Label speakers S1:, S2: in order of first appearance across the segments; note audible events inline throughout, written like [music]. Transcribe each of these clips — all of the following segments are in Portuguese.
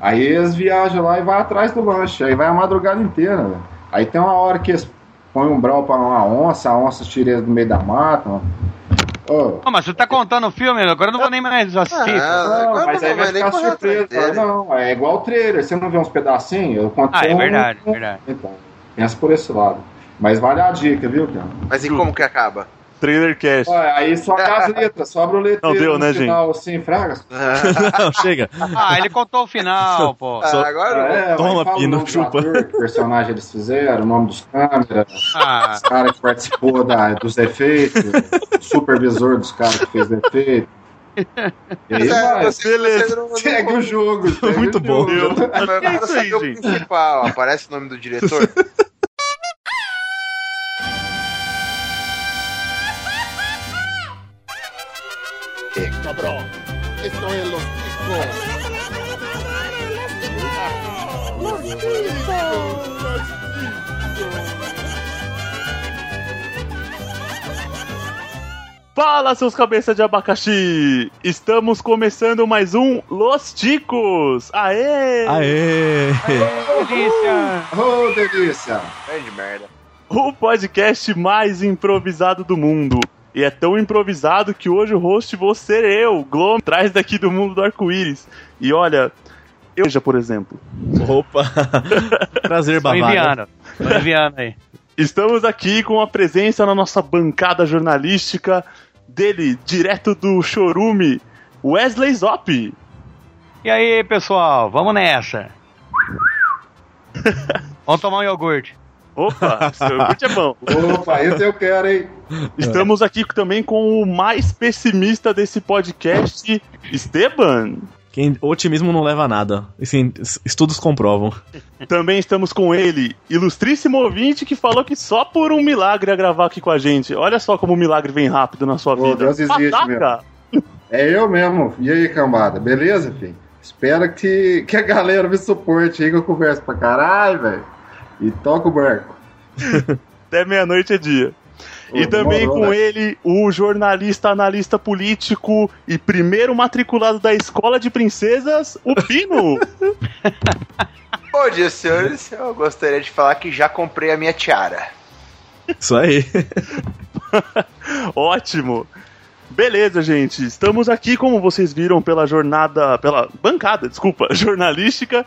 S1: Aí eles viajam lá e vai atrás do lanche, aí vai a madrugada inteira. velho. Aí tem uma hora que eles põem um brau pra uma onça, a onça tira eles do meio da mata. mano. Ô,
S2: Não, mas você tá contando o filme, agora eu não vou nem mais assistir.
S3: Ah,
S1: não,
S3: agora
S1: mas
S3: não
S1: aí
S3: vai
S1: vai
S3: nem
S1: ficar
S3: né? correr atrás
S1: surpreso. Fala,
S3: dele.
S1: Não, é igual o trailer, você não vê uns pedacinhos? Eu contei
S2: Ah, é
S1: um-
S2: verdade, é verdade.
S1: Então, pensa por esse lado. Mas vale a dica, viu, cara?
S3: Mas e como que acaba?
S4: Trailer Cast.
S1: Olha, aí sobe
S3: [laughs]
S1: as letras, sobra o letreiro
S4: Não
S1: no
S4: deu, né,
S1: final, assim, fragas.
S4: [laughs] Não, chega.
S2: Ah, ele contou o final, pô.
S3: Ah,
S4: Só-
S3: agora
S1: É,
S4: Toma,
S1: vai, fala o
S4: Pino,
S1: nome do
S4: chupa.
S1: ator, que personagem eles fizeram, o nome dos câmeras,
S2: Ah,
S1: os caras que participou da, dos efeitos, o supervisor dos caras que fez efeito. E aí
S3: Mas é,
S1: vai,
S3: vocês-
S4: beleza.
S3: vocês não- não-
S1: segue o
S4: [laughs]
S1: jogo. segue
S4: Muito
S1: o
S4: bom.
S1: jogo.
S3: Mas
S4: [laughs] É
S3: agora
S4: isso
S3: sabe
S4: aí,
S3: o
S4: gente.
S3: principal. Aparece o nome
S1: [laughs]
S3: do diretor.
S4: Fala, seus cabeças de abacaxi! Estamos começando mais um Los Ticos! Aê!
S5: Aê!
S2: delícia.
S1: Ô, delícia.
S3: Grande merda.
S4: O podcast mais improvisado do mundo. E é tão improvisado que hoje o host vou ser eu, Glom, traz daqui do mundo do arco-íris. E olha, eu já, por exemplo.
S5: Opa! Prazer,
S2: Tô
S5: babado.
S2: enviando. Tô enviando aí.
S4: Estamos aqui com a presença na nossa bancada jornalística dele, direto do Chorume, Wesley Zop.
S2: E aí, pessoal, vamos nessa. Vamos tomar um iogurte.
S4: Opa,
S1: [laughs]
S4: seu iogurte é bom.
S1: Opa, esse eu quero, hein?
S4: Estamos aqui também com o mais pessimista desse podcast, Esteban.
S5: Quem otimismo não leva a nada. Assim, es- estudos comprovam.
S4: Também estamos com ele, ilustríssimo ouvinte que falou que só por um milagre ia gravar aqui com a gente. Olha só como o milagre vem rápido na sua
S1: Ô,
S4: vida.
S1: Deus existe
S4: Pataca!
S1: É eu mesmo. E aí, cambada? Beleza, filho? Espero que, que a galera me suporte aí que eu converso pra caralho, velho. E toca o barco.
S4: Até meia-noite é dia. E
S1: Ô,
S4: também
S1: demorou,
S4: com
S1: né?
S4: ele, o jornalista, analista político e primeiro matriculado da Escola de Princesas, o
S1: [laughs]
S4: Pino.
S3: Bom dia, senhores. Eu gostaria de falar que já comprei a minha tiara.
S5: Isso aí.
S4: Ótimo. Beleza, gente. Estamos aqui, como vocês viram, pela jornada, pela bancada, desculpa, [laughs] jornalística.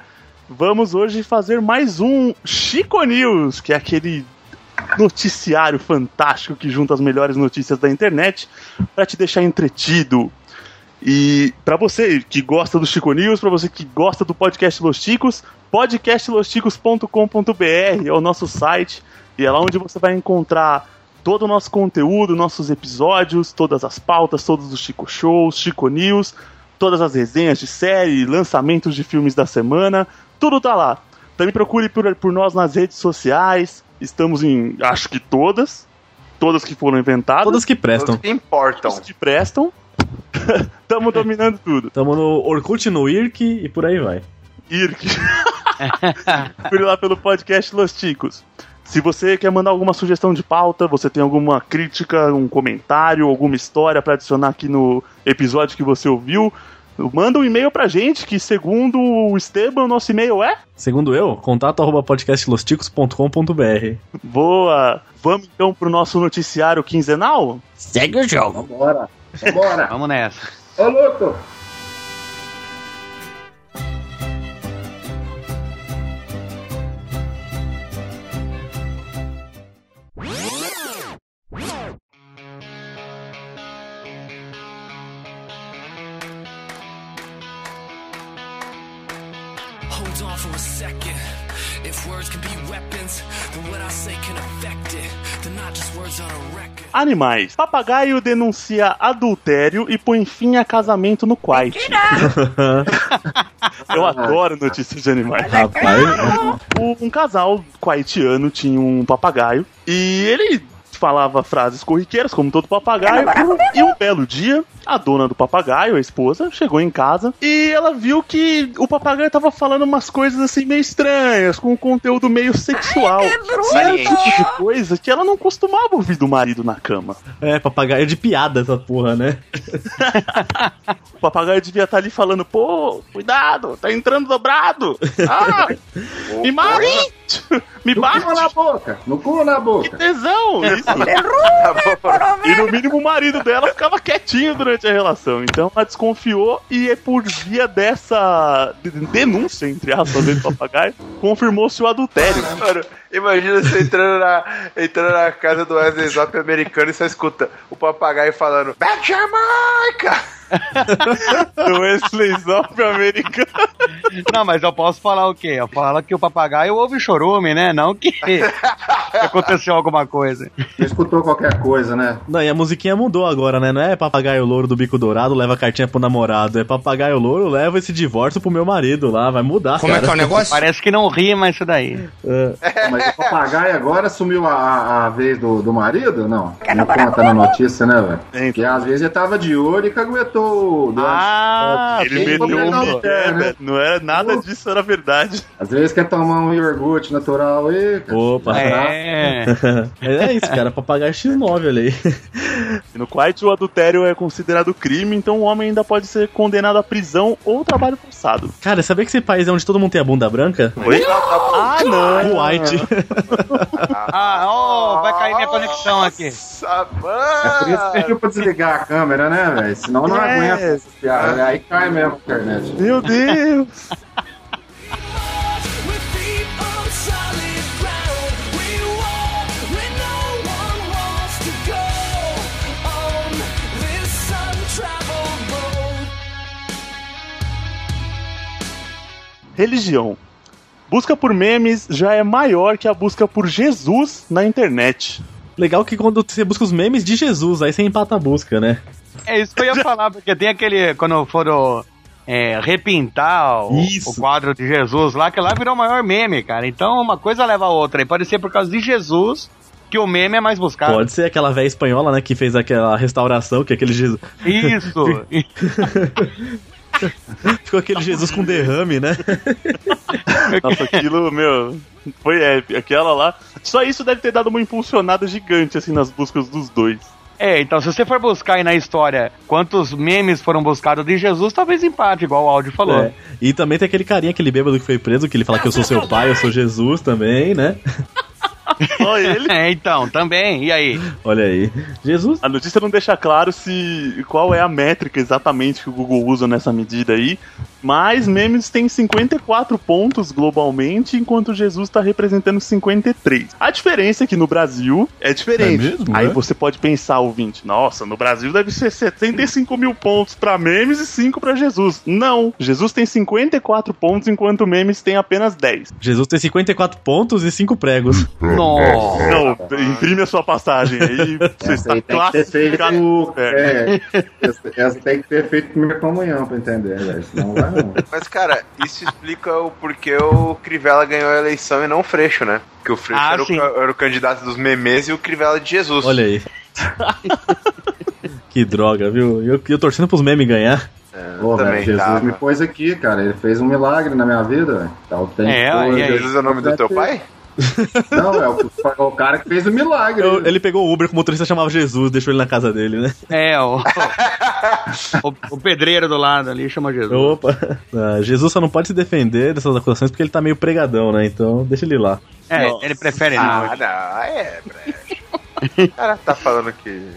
S4: Vamos hoje fazer mais um Chico News, que é aquele noticiário fantástico que junta as melhores notícias da internet para te deixar entretido. E para você que gosta do Chico News, para você que gosta do podcast Los Chicos, podcastlosticos.com.br é o nosso site e é lá onde você vai encontrar todo o nosso conteúdo, nossos episódios, todas as pautas, todos os Chico Shows, Chico News, todas as resenhas de série, lançamentos de filmes da semana, tudo tá lá. Também procure por, por nós nas redes sociais, estamos em, acho que todas, todas que foram inventadas,
S5: Todas que
S3: Todos
S5: prestam.
S3: que importam.
S4: todas que prestam, [laughs] estamos dominando tudo.
S5: Tamo no Orkut, no IRC e por aí vai.
S4: IRC. [laughs] Fui lá pelo podcast Los Ticos. Se você quer mandar alguma sugestão de pauta, você tem alguma crítica, um comentário, alguma história pra adicionar aqui no episódio que você ouviu, manda um e-mail pra gente, que segundo o Esteban, nosso e-mail é.
S5: Segundo eu, contato arroba podcastlosticos.com.br.
S4: Boa! Vamos então pro nosso noticiário quinzenal?
S5: Segue o jogo.
S1: Vambora. Vambora.
S2: Vamos nessa.
S1: Ô, louco.
S6: Hold on for a second. If words can be weapons, then what I say can affect it. They're not just words on a record.
S4: Animais. Papagaio denuncia adultério e põe fim a casamento no Quite. [laughs] Eu adoro notícias de animais.
S5: é Rapaz,
S4: O- Um casal haitiano tinha um papagaio um e ele falava frases corriqueiras, como todo papagaio. E um belo dia, a dona do papagaio, a esposa, chegou em casa e ela viu que o papagaio tava falando umas coisas assim meio estranhas, com um conteúdo meio sexual. Sabe,
S3: Saliente.
S4: um tipo de coisa que ela não costumava ouvir do marido na cama.
S5: É, papagaio de piada essa porra, né?
S4: O papagaio devia estar ali falando, pô, cuidado, tá entrando dobrado. Ah, me mate, [laughs] me
S1: No cu ou na
S4: bate,
S1: boca? No cu ou na
S4: que
S1: boca?
S4: tesão. Isso.
S3: Tá
S4: [laughs]
S3: bom.
S4: E no mínimo o marido dela ficava quietinho durante a relação. Então ela desconfiou e é por via dessa de- denúncia, entre aspas, dele do papagaio, confirmou-se o adultério.
S3: Mano, imagina você entrando na, entrando na casa do Wesley Zop americano e só escuta o papagaio falando Back Jamaica!
S4: O Wesley Zop Então americano.
S2: Não, mas eu posso falar o quê? Eu falo que o papagaio ouve chorume, né? Não que aconteceu alguma coisa.
S1: Você escutou qualquer coisa, né?
S5: Não, e a musiquinha mudou agora, né? Não é papagaio louro do bico dourado, leva a cartinha pro namorado. É papagaio louro, leva esse divórcio pro meu marido lá. Vai mudar,
S7: Como é
S5: cara.
S7: que é o negócio?
S2: Parece que não ri mais isso daí.
S1: Mas o papagaio agora sumiu a- a, a vez do, do marido? Não. Não conta na notícia, né, velho? Porque às vezes ele tava de olho e caguetou. o dono.
S2: Ah,
S4: Ele
S1: tem
S4: meteu
S1: que
S4: um
S1: completar o
S4: migué,
S1: né?
S4: velho. Não era nada
S1: Uh.
S4: disso, era verdade.
S1: Às vezes quer tomar um iogurte natural e.
S5: Opa.
S2: é.
S5: É isso, cara. Papagaio X9, olha aí.
S4: E no Kuwait, o adultério é considerado crime, então o homem ainda pode ser condenado à prisão ou trabalho forçado.
S5: [laughs] Cara, sabia que esse país é onde todo mundo tem a bunda branca?
S4: Oi? Ah, não!
S5: White.
S2: Ah, oh, vai cair minha conexão aqui.
S3: Nossa,
S1: É por isso que
S3: mano!
S1: pediu pra desligar a câmera, né, velho? Senão não
S4: É.
S1: aguenta essas piadas. Aí cai mesmo a internet.
S4: Meu Deus!
S6: With feet on solid ground, we walk where no one wants to go on this untraveled road.
S4: Religião. Busca por memes já é maior que a busca por Jesus na internet.
S5: Legal que quando você busca os memes de Jesus, aí você empata a busca, né?
S2: É isso que eu
S5: [laughs]
S2: ia falar, porque tem aquele. Quando foram é, repintar o,
S5: Isso.
S2: o quadro de Jesus lá, que lá virou o maior meme, cara. Então uma coisa leva a outra. E pode ser por causa de Jesus que o meme é mais buscado.
S5: Pode ser aquela véia espanhola, né, que fez aquela restauração, que é aquele Jesus. [laughs]
S2: Isso.
S5: Ficou aquele Jesus com derrame, né?
S4: Nossa, aquilo, meu, foi épico. Aquela lá. Só isso deve ter dado uma impulsionada gigante, assim, nas buscas dos dois.
S2: é, então se você for buscar aí na história quantos memes foram buscados de Jesus, talvez empate, igual o áudio falou.
S5: É. E também tem aquele carinha, aquele bêbado que foi preso, que ele fala que eu sou seu pai, eu sou Jesus também, né?
S4: Só ele.
S2: É, então, também. E
S5: [laughs]
S2: aí?
S5: Olha aí. Jesus.
S4: A notícia não deixa claro se qual é a métrica exatamente que o Google usa nessa medida aí, mas memes tem 54 pontos globalmente, enquanto Jesus está representando 53. A diferença é que no Brasil é diferente.
S5: É mesmo,
S4: aí
S5: é?
S4: você pode pensar, ouvinte, nossa, no Brasil deve ser 75 mil pontos para memes e 5 para Jesus. Não, Jesus tem 54 pontos, enquanto memes tem apenas 10.
S5: Jesus tem 54 pontos e 5 pregos.
S2: Nossa.
S4: Não, imprime a sua
S1: [laughs]
S4: passagem aí,
S1: Essa
S4: você está
S1: aí Ah, tem que ter feito.
S4: classificado.
S1: É, essa, essa tem que ter feito primeira comunhão pra entender, velho. Senão vai não.
S3: Mas, cara, isso explica o porquê o Crivella ganhou a eleição e não o Freixo, né? Porque o Freixo
S2: Ah,
S3: era, o,
S2: sim.
S3: ca- era o candidato dos memes e o Crivella de Jesus.
S5: Olha aí. que droga, viu? E eu, e eu torcendo pros memes ganhar.
S1: Pô, velho,
S3: também
S1: Jesus
S3: tava.
S1: me pôs aqui, cara. Ele fez um milagre na minha vida, velho. Então tem
S2: É,
S1: coisa-
S2: e aí?
S3: Jesus é o nome do teu pai?
S1: Não, é o, o cara que fez o milagre.
S5: Eu- ele pegou o Uber que o motorista chamava Jesus, deixou ele na casa dele, né?
S2: É, o, [laughs] o, o pedreiro do lado ali chama Jesus.
S5: Opa. [laughs] Ah, Jesus só não pode se defender dessas acusações porque ele tá meio pregadão, né? Então deixa ele lá.
S2: É, ele prefere
S3: Ah,
S2: não.
S3: não, é, Breno.
S2: [laughs]
S3: O cara tá falando que.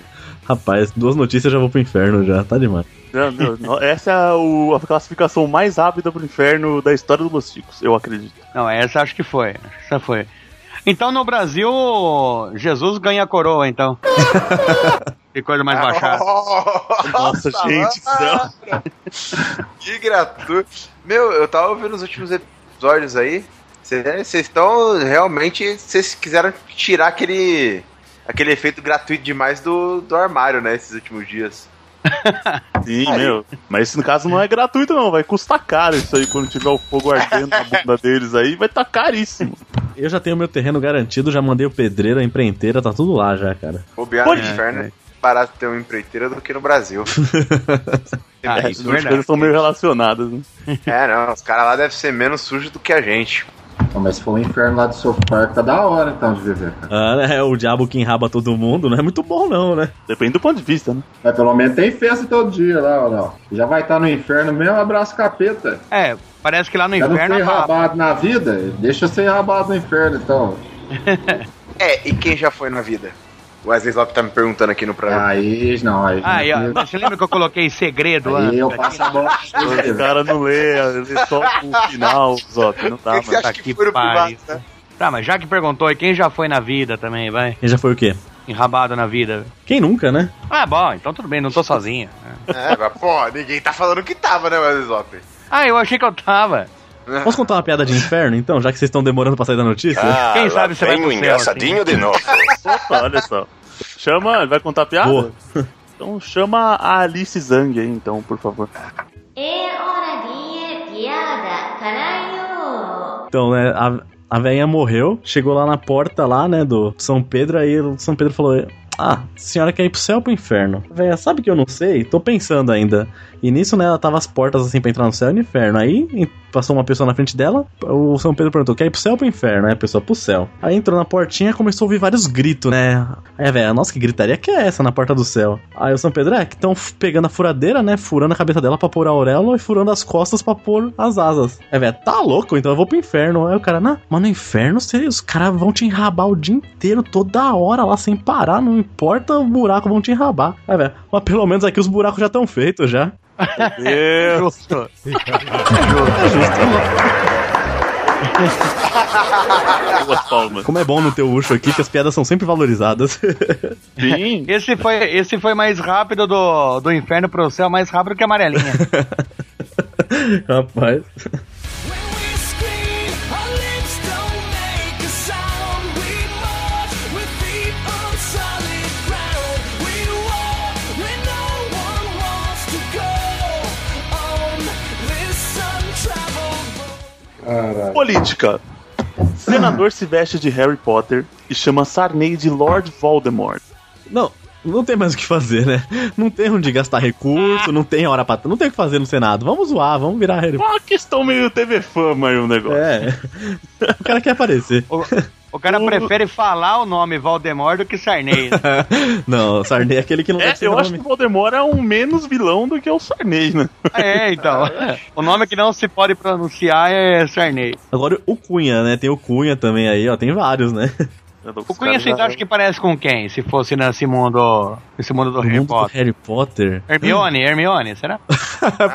S5: Rapaz, duas notícias eu já vou pro inferno já, tá demais.
S4: Não, não, não. essa é o- a classificação mais rápida pro inferno da história dos Los Chicos, eu acredito.
S2: Não, essa acho que foi. Essa foi. Então no Brasil, Jesus ganha a coroa, então. que coisa mais
S3: [laughs]
S2: baixada.
S4: Nossa, gente,
S3: mano. Tá Que gratuito. Meu, eu tava ouvindo os últimos episódios aí. Vocês estão realmente. Vocês quiseram tirar aquele. Aquele efeito gratuito demais do, do armário, né? Esses últimos dias.
S4: Sim, meu. Mas isso, no caso não é gratuito, não. Vai custar caro isso aí quando tiver o fogo ardendo na bunda deles aí, vai estar tá caríssimo.
S5: Eu já tenho meu terreno garantido, já mandei o pedreiro, a empreiteira, tá tudo lá já, cara.
S3: Bobear no
S4: Pode-
S3: inferno é barato ter uma empreiteira do que no
S4: [laughs]
S3: Brasil.
S2: Ah,
S4: É,
S2: isso
S4: As
S2: é
S4: duas
S2: verdade.
S4: coisas são meio relacionadas, né?
S3: é, não, os caras lá devem ser menos sujos do que a gente.
S1: Então, mas se for o inferno lá do seu parque, tá da hora então de viver, cara.
S5: Ah, né? É o diabo que enraba todo mundo, não é muito bom, não, né?
S4: Depende do ponto de vista, né?
S1: Mas pelo menos tem festa todo dia lá, ó, Léo. Já vai estar no inferno mesmo, abraço capeta.
S2: É, parece que lá no
S1: Já não foi
S2: inferno. é a-
S1: rabado na vida, deixa eu ser rabado no inferno, então.
S3: É, e quem já foi na vida? O Wesley Lopes tá me perguntando aqui no
S4: Ah.
S3: programa.
S1: Aí, não, aí.
S2: É. Aí, Ah, ó, você lembra que eu coloquei segredo lá?
S1: Aí eu passo a mão. É.
S4: O cara não lê, ele só o final, Zop. Não
S3: O
S4: dá,
S3: que, que você
S4: mano.
S3: acha
S2: tá
S3: que,
S2: que
S3: foi no
S2: pariu.
S3: privado, né?
S2: Tá, mas já que perguntou aí, quem já foi na vida também, vai?
S5: E já foi o quê?
S2: Enrabado na vida.
S5: Quem nunca, né?
S2: Ah, bom, então tudo bem, não tô sozinho.
S3: É, mas, pô, ninguém tá falando que tava, né, Wesley Lopes?
S2: Ah, eu achei que eu tava.
S5: Posso contar uma piada de inferno, então, já que vocês estão demorando pra sair da notícia?
S7: Ah,
S2: Quem
S7: lá
S2: sabe você vai
S7: vem
S2: pro
S7: o
S2: céu,
S7: engraçadinho
S4: assim.
S7: de novo.
S4: Opa, olha só. Chama, ele vai contar a piada?
S5: Boa.
S4: Então chama a Alice Zang aí, então, por favor.
S8: É hora de piada, caralho!
S5: Então, né, a, a velhinha morreu, chegou lá na porta lá, né, do São Pedro, aí o São Pedro falou: Ah, a senhora quer ir pro céu ou pro inferno? Véia, sabe que eu não sei? Tô pensando ainda. E nisso, né, ela tava as portas assim pra entrar no céu e no inferno. Aí em- passou uma pessoa na frente dela, o São Pedro perguntou: quer ir pro céu ou pro inferno? Aí a pessoa pro céu. Aí entrou na portinha começou a ouvir vários gritos, né? Aí a véia, nossa, que gritaria que é essa na porta do céu? Aí o São Pedro, é, que estão pegando a furadeira, né? Furando a cabeça dela pra pôr a auréola e furando as costas pra pôr as asas. Aí a véia, tá louco, então eu vou pro inferno. Aí o cara, não, mas no inferno, cê, os caras vão te enrabar o dia inteiro, toda hora lá, sem parar, não importa o buraco, vão te enrabar. Aí, a véia, mas pelo menos aqui os buracos já estão feitos já.
S4: Eu...
S2: Justo.
S4: Duas
S5: [laughs]
S4: palmas.
S5: Como é bom no teu urso aqui, que as piadas são sempre valorizadas. [laughs]
S4: Sim.
S2: Esse foi, esse foi mais rápido do, do inferno pro céu, mais rápido que a amarelinha.
S5: Rapaz.
S6: When we scream, our lips don't make a sound. We march with feet on solid ground. We walk where no one wants to go. On this untraveled road.
S4: Política. Senador se veste de Harry Potter e chama Sarney de Lord Voldemort.
S5: Não, não tem mais o que fazer, né? Não tem onde gastar recurso, não tem hora pra. Não tem o que fazer no Senado. Vamos zoar, vamos virar Harry
S4: Uma questão meio TV fama aí o negócio.
S5: É. [laughs] O cara quer aparecer.
S2: O, o cara prefere falar o nome Valdemar do que Sarney. né?
S5: Não, o Sarney é aquele que não
S4: É,
S5: deve ser
S4: eu acho
S5: nome.
S4: que o Voldemort é um menos vilão do que o Sarney, né?
S2: É, então. O nome que não se pode pronunciar é Sarney.
S5: Agora o Cunha, né? Tem o Cunha também aí, ó. Tem vários, né?
S4: Tá
S2: O Cunha, vocês
S4: né?
S2: acham que parece com quem? Se fosse nesse mundo, nesse mundo do
S5: O
S2: Harry
S5: mundo do
S2: Potter.
S5: Harry Potter.
S4: É.
S2: Hermione, Hermione, será?
S5: [laughs]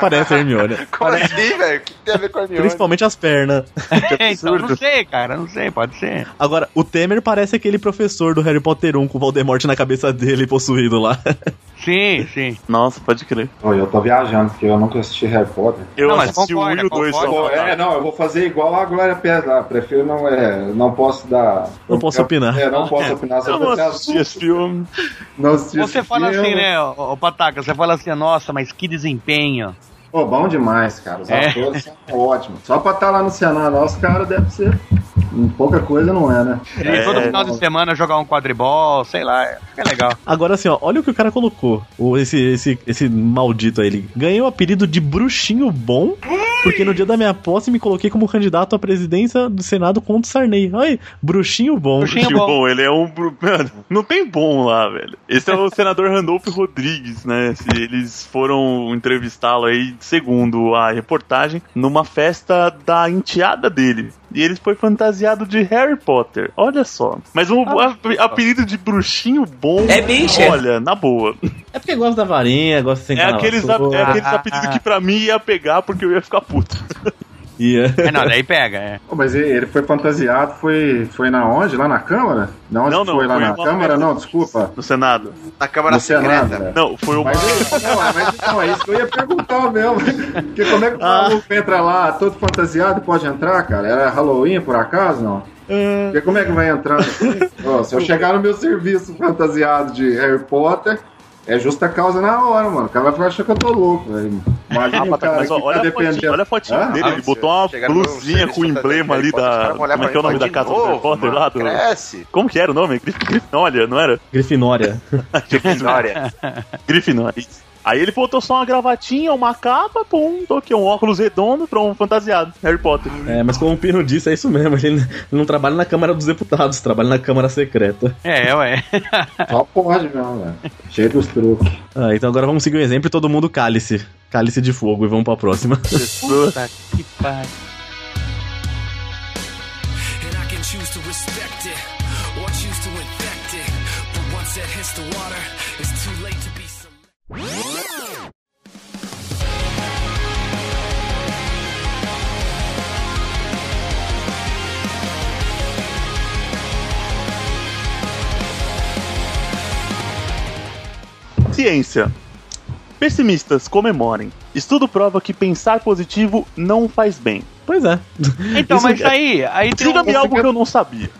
S5: Parece a Hermione.
S3: [laughs] Como assim, velho? O que tem a ver com a Mione?
S5: Principalmente as pernas.
S2: [laughs] então,
S4: absurdo.
S2: não sei, cara, não sei, pode ser.
S5: Agora, o Temer parece aquele professor do Harry Potter 1 com o Voldemort na cabeça dele possuído lá.
S2: Sim, sim.
S4: Nossa, pode crer.
S1: Ô, Eu tô viajando, porque eu nunca assisti Harry Potter.
S4: Eu
S2: Não, mas
S4: assisti o 1
S2: concorda,
S4: e o 2
S1: Pô,
S4: só.
S2: concorda.
S1: é, não, eu vou fazer igual a Glória Pérez lá. Prefiro não, é, não posso dar.
S5: Não posso
S1: eu-
S5: opinar.
S1: É, não posso opinar
S4: Eu
S1: sobre
S4: não
S1: esse
S4: assisti
S1: assunto.
S4: esse filme.
S1: Não assisti
S2: Você
S1: esse
S2: fala
S1: filme.
S2: assim, né, ô, ô, Pataca, você fala assim, nossa, mas que desempenho.
S1: Pô, bom demais, cara. Os
S2: É.
S1: atores são ótimos. Só pra estar lá no Senado, lá, os caras devem ser. Pouca coisa não é, né?
S2: E todo final de semana jogar um quadribol, sei lá, acho que é legal.
S5: Agora, assim, ó, olha o que o cara colocou. O, esse, esse, esse maldito aí, ele ganhou o apelido de bruxinho bom, porque no dia da minha posse me coloquei como candidato à presidência do Senado contra o Sarney. Ai, bruxinho bom.
S2: Bruxinho
S4: Que
S2: bom.
S4: bom, ele é um. bru- Mano, não tem bom lá, velho. Esse é o senador Randolph Rodrigues, né? Se Eles foram entrevistá-lo aí, segundo a reportagem, numa festa da enteada dele. E ele foi fantasiado de Harry Potter. Olha só. Mas o ap- apelido de bruxinho bom.
S9: Ah. É bicha.
S4: Olha, na boa.
S5: É porque gosta da varinha, gosta de né?
S4: É
S5: sentar na
S4: aqueles, ap- é
S5: vassoura.
S4: aqueles apelidos que pra mim ia pegar porque eu ia ficar puto.
S5: E, é.
S2: É, não, daí pega, é.
S1: Pô, mas ele- ele foi fantasiado, foi, foi na onde? Lá na Câmara? Na onde
S4: Não,
S1: que
S4: não,
S1: foi lá
S4: foi
S1: na
S4: uma
S1: Câmara?
S4: festa.
S1: Não, desculpa.
S4: No Senado.
S3: Na Câmara
S1: no Senado.
S3: Secreta.
S1: né?
S4: Não, foi uma.
S1: Mas, não, mas então, é isso que eu ia perguntar mesmo. Porque como é que o maluco entra lá todo fantasiado e pode entrar, cara? Era Halloween, por acaso, não? Porque como é que vai entrar? assim? Ó, se eu chegar no meu serviço fantasiado de Harry Potter, É justa causa na hora, mano. O cara vai ficar achando que eu tô louco, velho. Imagina
S4: Ah,
S1: o
S4: Pataca,
S1: cara
S4: mas ó,
S1: que tá
S4: olha, a fotinha,
S1: dependendo.
S4: olha a fotinha
S1: Hã?
S4: dele,
S3: Ah,
S4: ele
S3: se
S4: botou uma
S3: chegar no meu
S4: blusinha
S3: serviço,
S4: com o
S3: tá
S4: emblema
S3: dando
S4: ali
S3: Harry Potter, os
S4: da.
S3: caras vão olhar
S4: Como é
S3: pra
S4: que é o
S3: mim
S4: nome
S3: e
S4: da
S3: falar,
S4: casa
S3: "De
S4: do Harry
S3: novo,
S4: Potter
S3: mano,
S4: lá? Do... [laughs]
S3: Cresce.
S4: Como que era o nome? Grif- Grifinória, não era?
S5: Grifinória.
S3: Grifinória.
S4: Grifinória. isso. Aí ele botou só uma gravatinha, uma capa, pum, tô aqui, um óculos redondo pra um fantasiado, Harry Potter.
S5: É, mas como o Pino disse, é isso mesmo. Ele ele não trabalha na Câmara dos Deputados, trabalha na Câmara Secreta.
S2: É, ué.
S1: Só pode mesmo, velho. Cheio dos truques.
S5: Ah, então agora vamos seguir um exemplo e todo mundo cálice. Cálice de fogo e vamos pra próxima.
S2: Puta [laughs] que pariu.
S6: And I can choose to respect it or choose to infect it. But once it hits the water, it's too late to be some.
S4: É. Ciência. Pessimistas comemorem. Estudo prova que pensar positivo não faz bem.
S5: Pois é.
S2: Então,
S5: Isso
S2: mas aí, aí tem um...
S4: Diga-me algo que eu não sabia.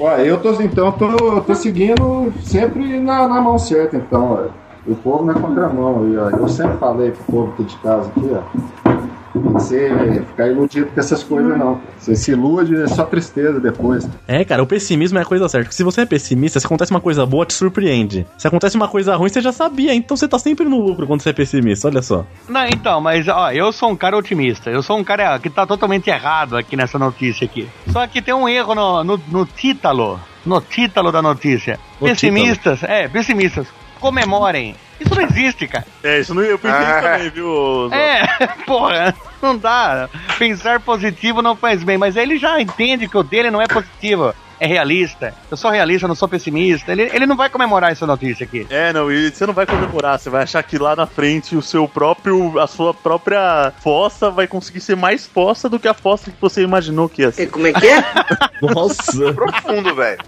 S1: Ué, eu tô, então, tô, tô seguindo sempre na, na mão certa, então, ué. O povo na contramão aí, ó. Eu sempre falei pro povo que de casa aqui, ó. Não Você ficar iludido com essas coisas, não. Você se ilude, é só tristeza depois.
S5: É, cara, o pessimismo é a coisa certa. Porque se você é pessimista, se acontece uma coisa boa, te surpreende. Se acontece uma coisa ruim, você já sabia. Então você tá sempre no lucro quando você é pessimista, olha só.
S2: Não, então, mas ó, eu sou um cara otimista. Eu sou um cara que tá totalmente errado aqui nessa notícia aqui. Só que tem um erro no, no, no título. No título da notícia.
S5: No
S2: pessimistas, é, pessimistas, comemorem. Isso não existe, cara.
S4: É, isso não, eu pensei
S3: Ah.
S4: também, viu? Zó?
S2: É, [laughs] porra, não dá. Pensar positivo não faz bem, mas ele já entende que o dele não é positivo. É realista. Eu sou realista, não sou pessimista. Ele, ele não vai comemorar essa notícia aqui.
S4: É, não, e você não vai comemorar, você vai achar que lá na frente o seu próprio, a sua própria fossa vai conseguir ser mais fossa do que a fossa que você imaginou que ia ser.
S7: Como é que é?
S5: Nossa.
S3: profundo, velho.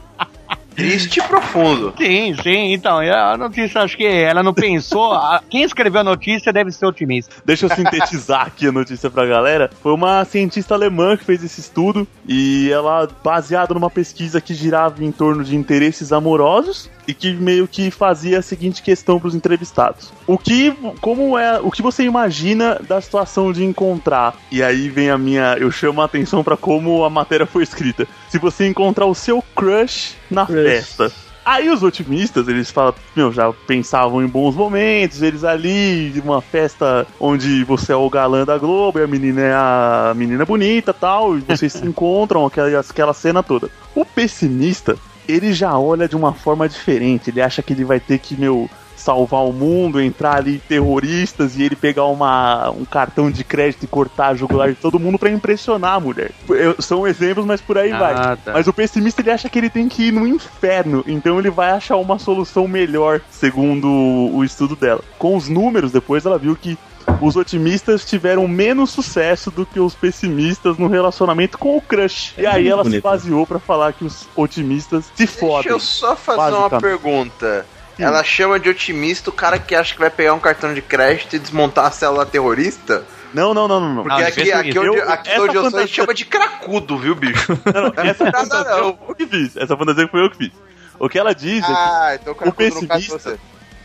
S3: Triste e profundo.
S2: Sim, sim. Então, a notícia, acho que ela não pensou. a- quem escreveu a notícia deve ser otimista.
S4: Deixa eu sintetizar aqui a notícia pra galera. Foi uma cientista alemã que fez esse estudo e ela, baseado numa pesquisa que girava em torno de interesses amorosos e que meio que fazia a seguinte questão pros entrevistados: o que, como é, o que você imagina da situação de encontrar? E aí vem a minha, eu chamo a atenção pra como a matéria foi escrita. Se você encontrar o seu crush na
S5: Crush.
S4: festa. Aí os otimistas, eles falam, meu, já pensavam em bons momentos, eles ali, de uma festa onde você é o galã da Globo e a menina é a menina bonita tal, e vocês se [laughs] encontram, aquela, aquela cena toda. O pessimista, ele já olha de uma forma diferente, ele acha que ele vai ter que, meu, salvar o mundo, entrar ali terroristas e ele pegar uma, um cartão de crédito e cortar a jugular de todo mundo pra impressionar a mulher. Eu- são exemplos, mas por aí vai.
S2: Ah, tá.
S4: Mas o pessimista ele acha que ele tem que ir no inferno, então ele vai achar uma solução melhor, segundo o estudo dela. Com os números, depois ela viu que os otimistas tiveram menos sucesso do que os pessimistas no relacionamento com o crush. E aí ela se
S5: bonito.
S4: baseou pra falar que os otimistas se
S3: Deixa
S4: fodem.
S3: eu só fazer uma
S4: Basicamente.
S3: pergunta. Ela chama de otimista o cara que acha que vai pegar um cartão de crédito e desmontar a célula terrorista?
S4: Não, não, não, não, não.
S3: Porque
S2: de
S3: aqui,
S2: pessimista.
S3: aqui onde,
S4: Eu-
S3: aqui
S4: essa
S3: onde eu sou, a gente
S4: fantasia-
S3: chama de cracudo, viu, bicho?
S4: Não, não, Essa
S3: Não, não,
S4: fantasia
S3: não.
S4: foi eu que fiz. Essa fantasia foi eu que fiz. O que ela diz é que
S3: [laughs] Ah, então o cracudo no caso de
S4: pessimista-
S3: você.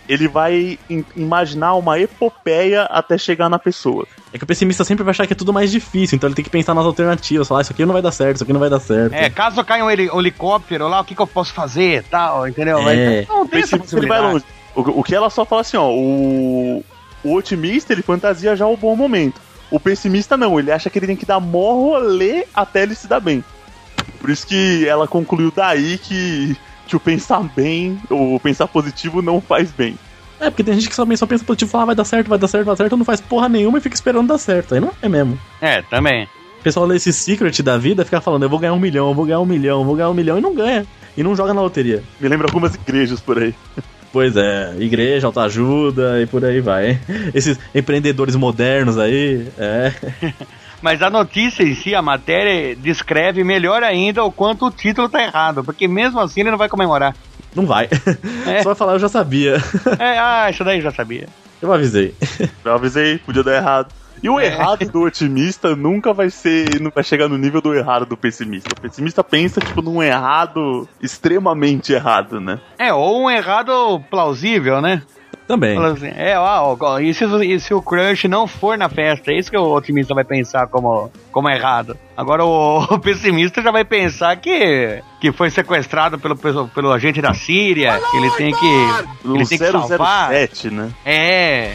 S4: ele vai im- imaginar uma epopeia até chegar na pessoa.
S5: [laughs] É que o pessimista sempre vai achar que é tudo mais difícil, então ele tem que pensar nas alternativas, falar, "Ah, isso aqui não vai dar certo, isso aqui não vai dar certo.
S2: É, caso caia um heli- helicóptero lá, o que, que eu posso fazer tal, entendeu?
S5: É.
S2: Mas não tem essa
S4: Pensa que ele vai
S2: possibilidade.
S4: longe. O, o que ela só fala assim, ó, o, o otimista ele fantasia já o bom momento. O pessimista não, ele acha que ele tem que dar mó rolê até ele se dar bem. Por isso que ela concluiu daí que, que o pensar bem, ou pensar positivo não faz bem.
S5: É, porque tem gente que só, só pensa positivo, fala, ah, vai dar certo, vai dar certo, vai dar certo, não faz porra nenhuma e fica esperando dar certo. Aí não é mesmo.
S2: É, também.
S5: O pessoal lê esse secret da vida, fica falando, eu vou ganhar um milhão, eu vou ganhar um milhão, eu vou ganhar um milhão, e não ganha. E não joga na loteria.
S4: Me lembra algumas igrejas por aí.
S5: Pois é, igreja, autoajuda e por aí vai. hein? Esses empreendedores modernos aí, é.
S2: Mas a notícia em si, a matéria, descreve melhor ainda o quanto o título tá errado, porque mesmo assim ele não vai comemorar.
S5: Não vai.
S2: É.
S5: Só vai falar, eu já sabia.
S2: É, ah, isso daí eu já sabia.
S5: Eu avisei.
S4: Eu avisei, podia dar errado. E o errado do otimista nunca vai ser. não vai chegar no nível do errado do pessimista. O pessimista pensa, tipo, num errado extremamente errado, né?
S2: É, ou um errado plausível, né?
S5: Também.
S2: Falou assim, é, ó, ó, e se, e se o crush não for na festa? É isso que o otimista vai pensar como, como errado. Agora o, [laughs] o pessimista já vai pensar que, que foi sequestrado pelo, peso- pelo agente da Síria, que ele tem que,
S4: Um
S2: ele tem que salvar.
S4: 007, né?
S2: É,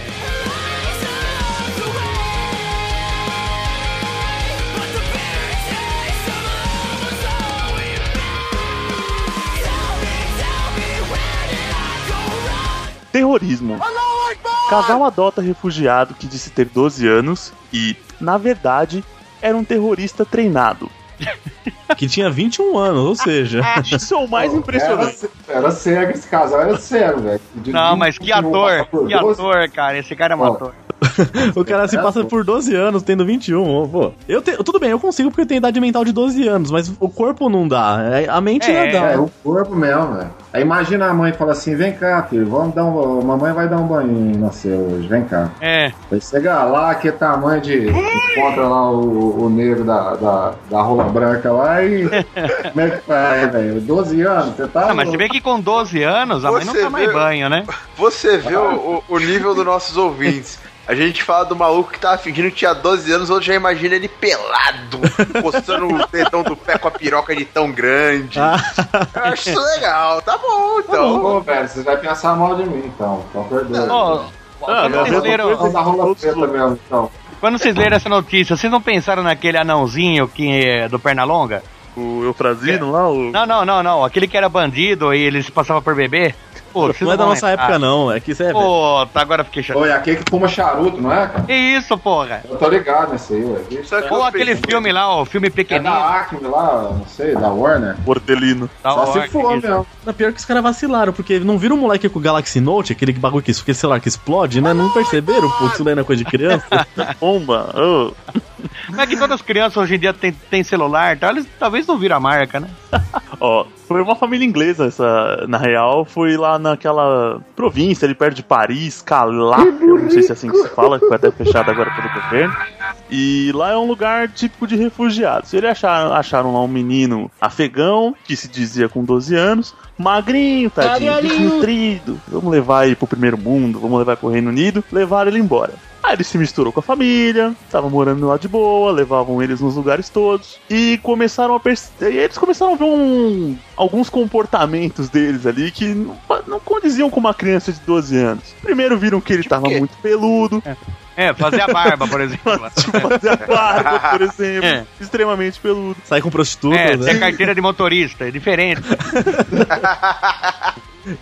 S4: Terrorismo. Casal adota refugiado que disse ter 12 anos e, na verdade, era um terrorista treinado.
S5: Que tinha 21 anos, ou seja.
S4: Isso é o mais impressionante.
S1: Era, era cego esse casal, era cego, velho. De um
S2: não,
S1: 20,
S2: mas que
S1: 21
S2: ator,
S1: por
S2: que
S1: 12,
S2: ator, cara, esse cara é um
S1: Ó,
S2: ator.
S5: O cara se passa por 12 anos tendo 21, ô, pô. Eu te- tudo bem, eu consigo porque eu tenho idade mental de 12 anos, mas o corpo não dá. é- A mente
S2: É,
S5: não dá.
S1: É, o corpo mesmo, velho. Aí imagina a mãe fala assim: vem cá, filho, vamos dar um. Mamãe vai dar um banho em você hoje, vem cá.
S2: É,
S1: Aí chega lá, que é tamanho de. Encontra lá o, o negro da, da, da rola branca lá
S2: [laughs]
S1: e. Como é que faz, velho? 12 anos, você tá.
S2: Ah, mas se bem que com 12 anos a mãe não
S3: Você
S2: toma mais
S3: viu?
S2: banho, né?
S3: Você vê o, o nível dos nossos ouvintes. A gente fala do maluco que tava fingindo que tinha 12 anos, hoje já imagina ele pelado, postando o dedão do pé com a piroca de tão grande. Eu acho isso legal, tá bom então.
S1: Ô, velho, você vai pensar mal de mim, então. Então, perdoe.
S2: Ó,
S1: é,
S4: Ah,
S2: quando, vocês
S4: mesma
S2: leram,
S1: Vamos dar rola preta mesmo, então.
S2: quando vocês leram essa notícia, vocês não pensaram naquele anãozinho que é do Pernalonga?
S4: O Eufrazino lá, o.
S2: Não, não, não, não. Aquele que era bandido e ele se passava por bebê. Pô, vocês
S5: Não é da
S2: vão
S5: nossa
S2: lembrar.
S5: época, não. É que isso é.
S2: Pô, tá, agora fiquei chateado.
S1: Ô, é aquele que fuma charuto, não é, cara?
S2: Que isso, porra?
S1: Eu tô ligado nesse aí, velho.
S3: Só que
S2: Ou
S3: eu
S2: aquele
S3: pensei-
S2: filme lá, o filme
S1: É
S2: pequenino.
S1: da Acme lá, não sei, da Warner.
S4: Bordelino.
S2: da
S1: Só se
S2: Warner,
S1: for
S2: isso.
S1: mesmo. tá
S5: Não, Pior que os caras vacilaram, porque não viram o moleque com o Galaxy Note, aquele bagulho que, aquele celular que explode, né? Não perceberam, pô, que isso daí não é coisa de criança.
S4: Bomba. ô.
S2: Como é que todas as crianças hoje em dia têm têm celular e tal? Eles talvez não viram a marca, né?
S4: Ó, foi uma família inglesa essa, na real. Foi lá naquela província ali perto de Paris, Calá, eu não sei se é assim que se fala, que foi até fechado agora pelo governo. E lá é um lugar típico de refugiados. Eles acharam, acharam lá um menino afegão, que se dizia com 12 anos, magrinho, tadinho, desnutrido. Vamos levar ele pro primeiro mundo, vamos levar ele pro Reino Unido, levaram ele embora. Aí ele se misturou com a família, tava morando lá de boa, levavam eles nos lugares todos. E começaram a perce- e eles começaram a ver um- alguns comportamentos deles ali que não, não condiziam com uma criança de 12 anos. Primeiro viram que ele tava
S3: quê?
S4: muito peludo,
S2: É, fazer a barba, por
S5: [laughs]
S2: exemplo.
S4: tipo [laughs] fazer a barba, por exemplo,
S2: É.
S4: extremamente peludo.
S5: Sai com prostituta,
S2: É,
S5: né?
S2: ter carteira de motorista, é diferente.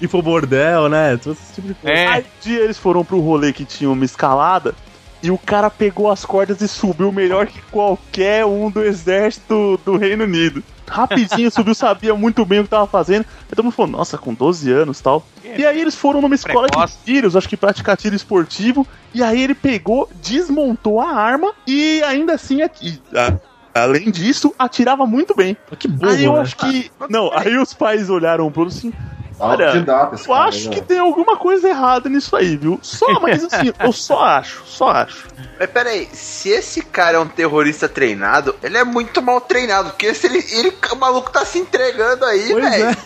S5: E pro bordel, né? Todo esse tipo de coisa.
S2: É,
S4: Aí um dia eles foram pro rolê que tinha uma escalada e o cara pegou as cordas e subiu melhor que qualquer um do exército do Reino Unido.
S2: [laughs]
S4: Rapidinho subiu, sabia muito bem o que tava fazendo. Aí todo mundo falou, nossa, com 12 anos tal. E aí eles foram numa escola
S2: É. Precoce.
S4: de tiros, acho que praticar tiro esportivo. E aí ele pegou, desmontou a arma e ainda assim, aqui, a- além disso, atirava muito bem.
S5: Que burro,
S4: aí eu
S5: né?
S4: acho que. Não, aí os pais olharam um pro outro assim, Olha,
S1: Autodidata esse
S4: eu
S1: cara,
S4: acho
S1: né?
S4: que tem alguma coisa errada nisso aí, viu? Só, mas
S1: [laughs]
S4: assim, eu só acho, só acho.
S3: Mas peraí, se esse cara é um terrorista treinado, ele é muito mal treinado, porque se ele, ele- o maluco tá se entregando aí,
S5: Pois
S1: é.
S3: velho.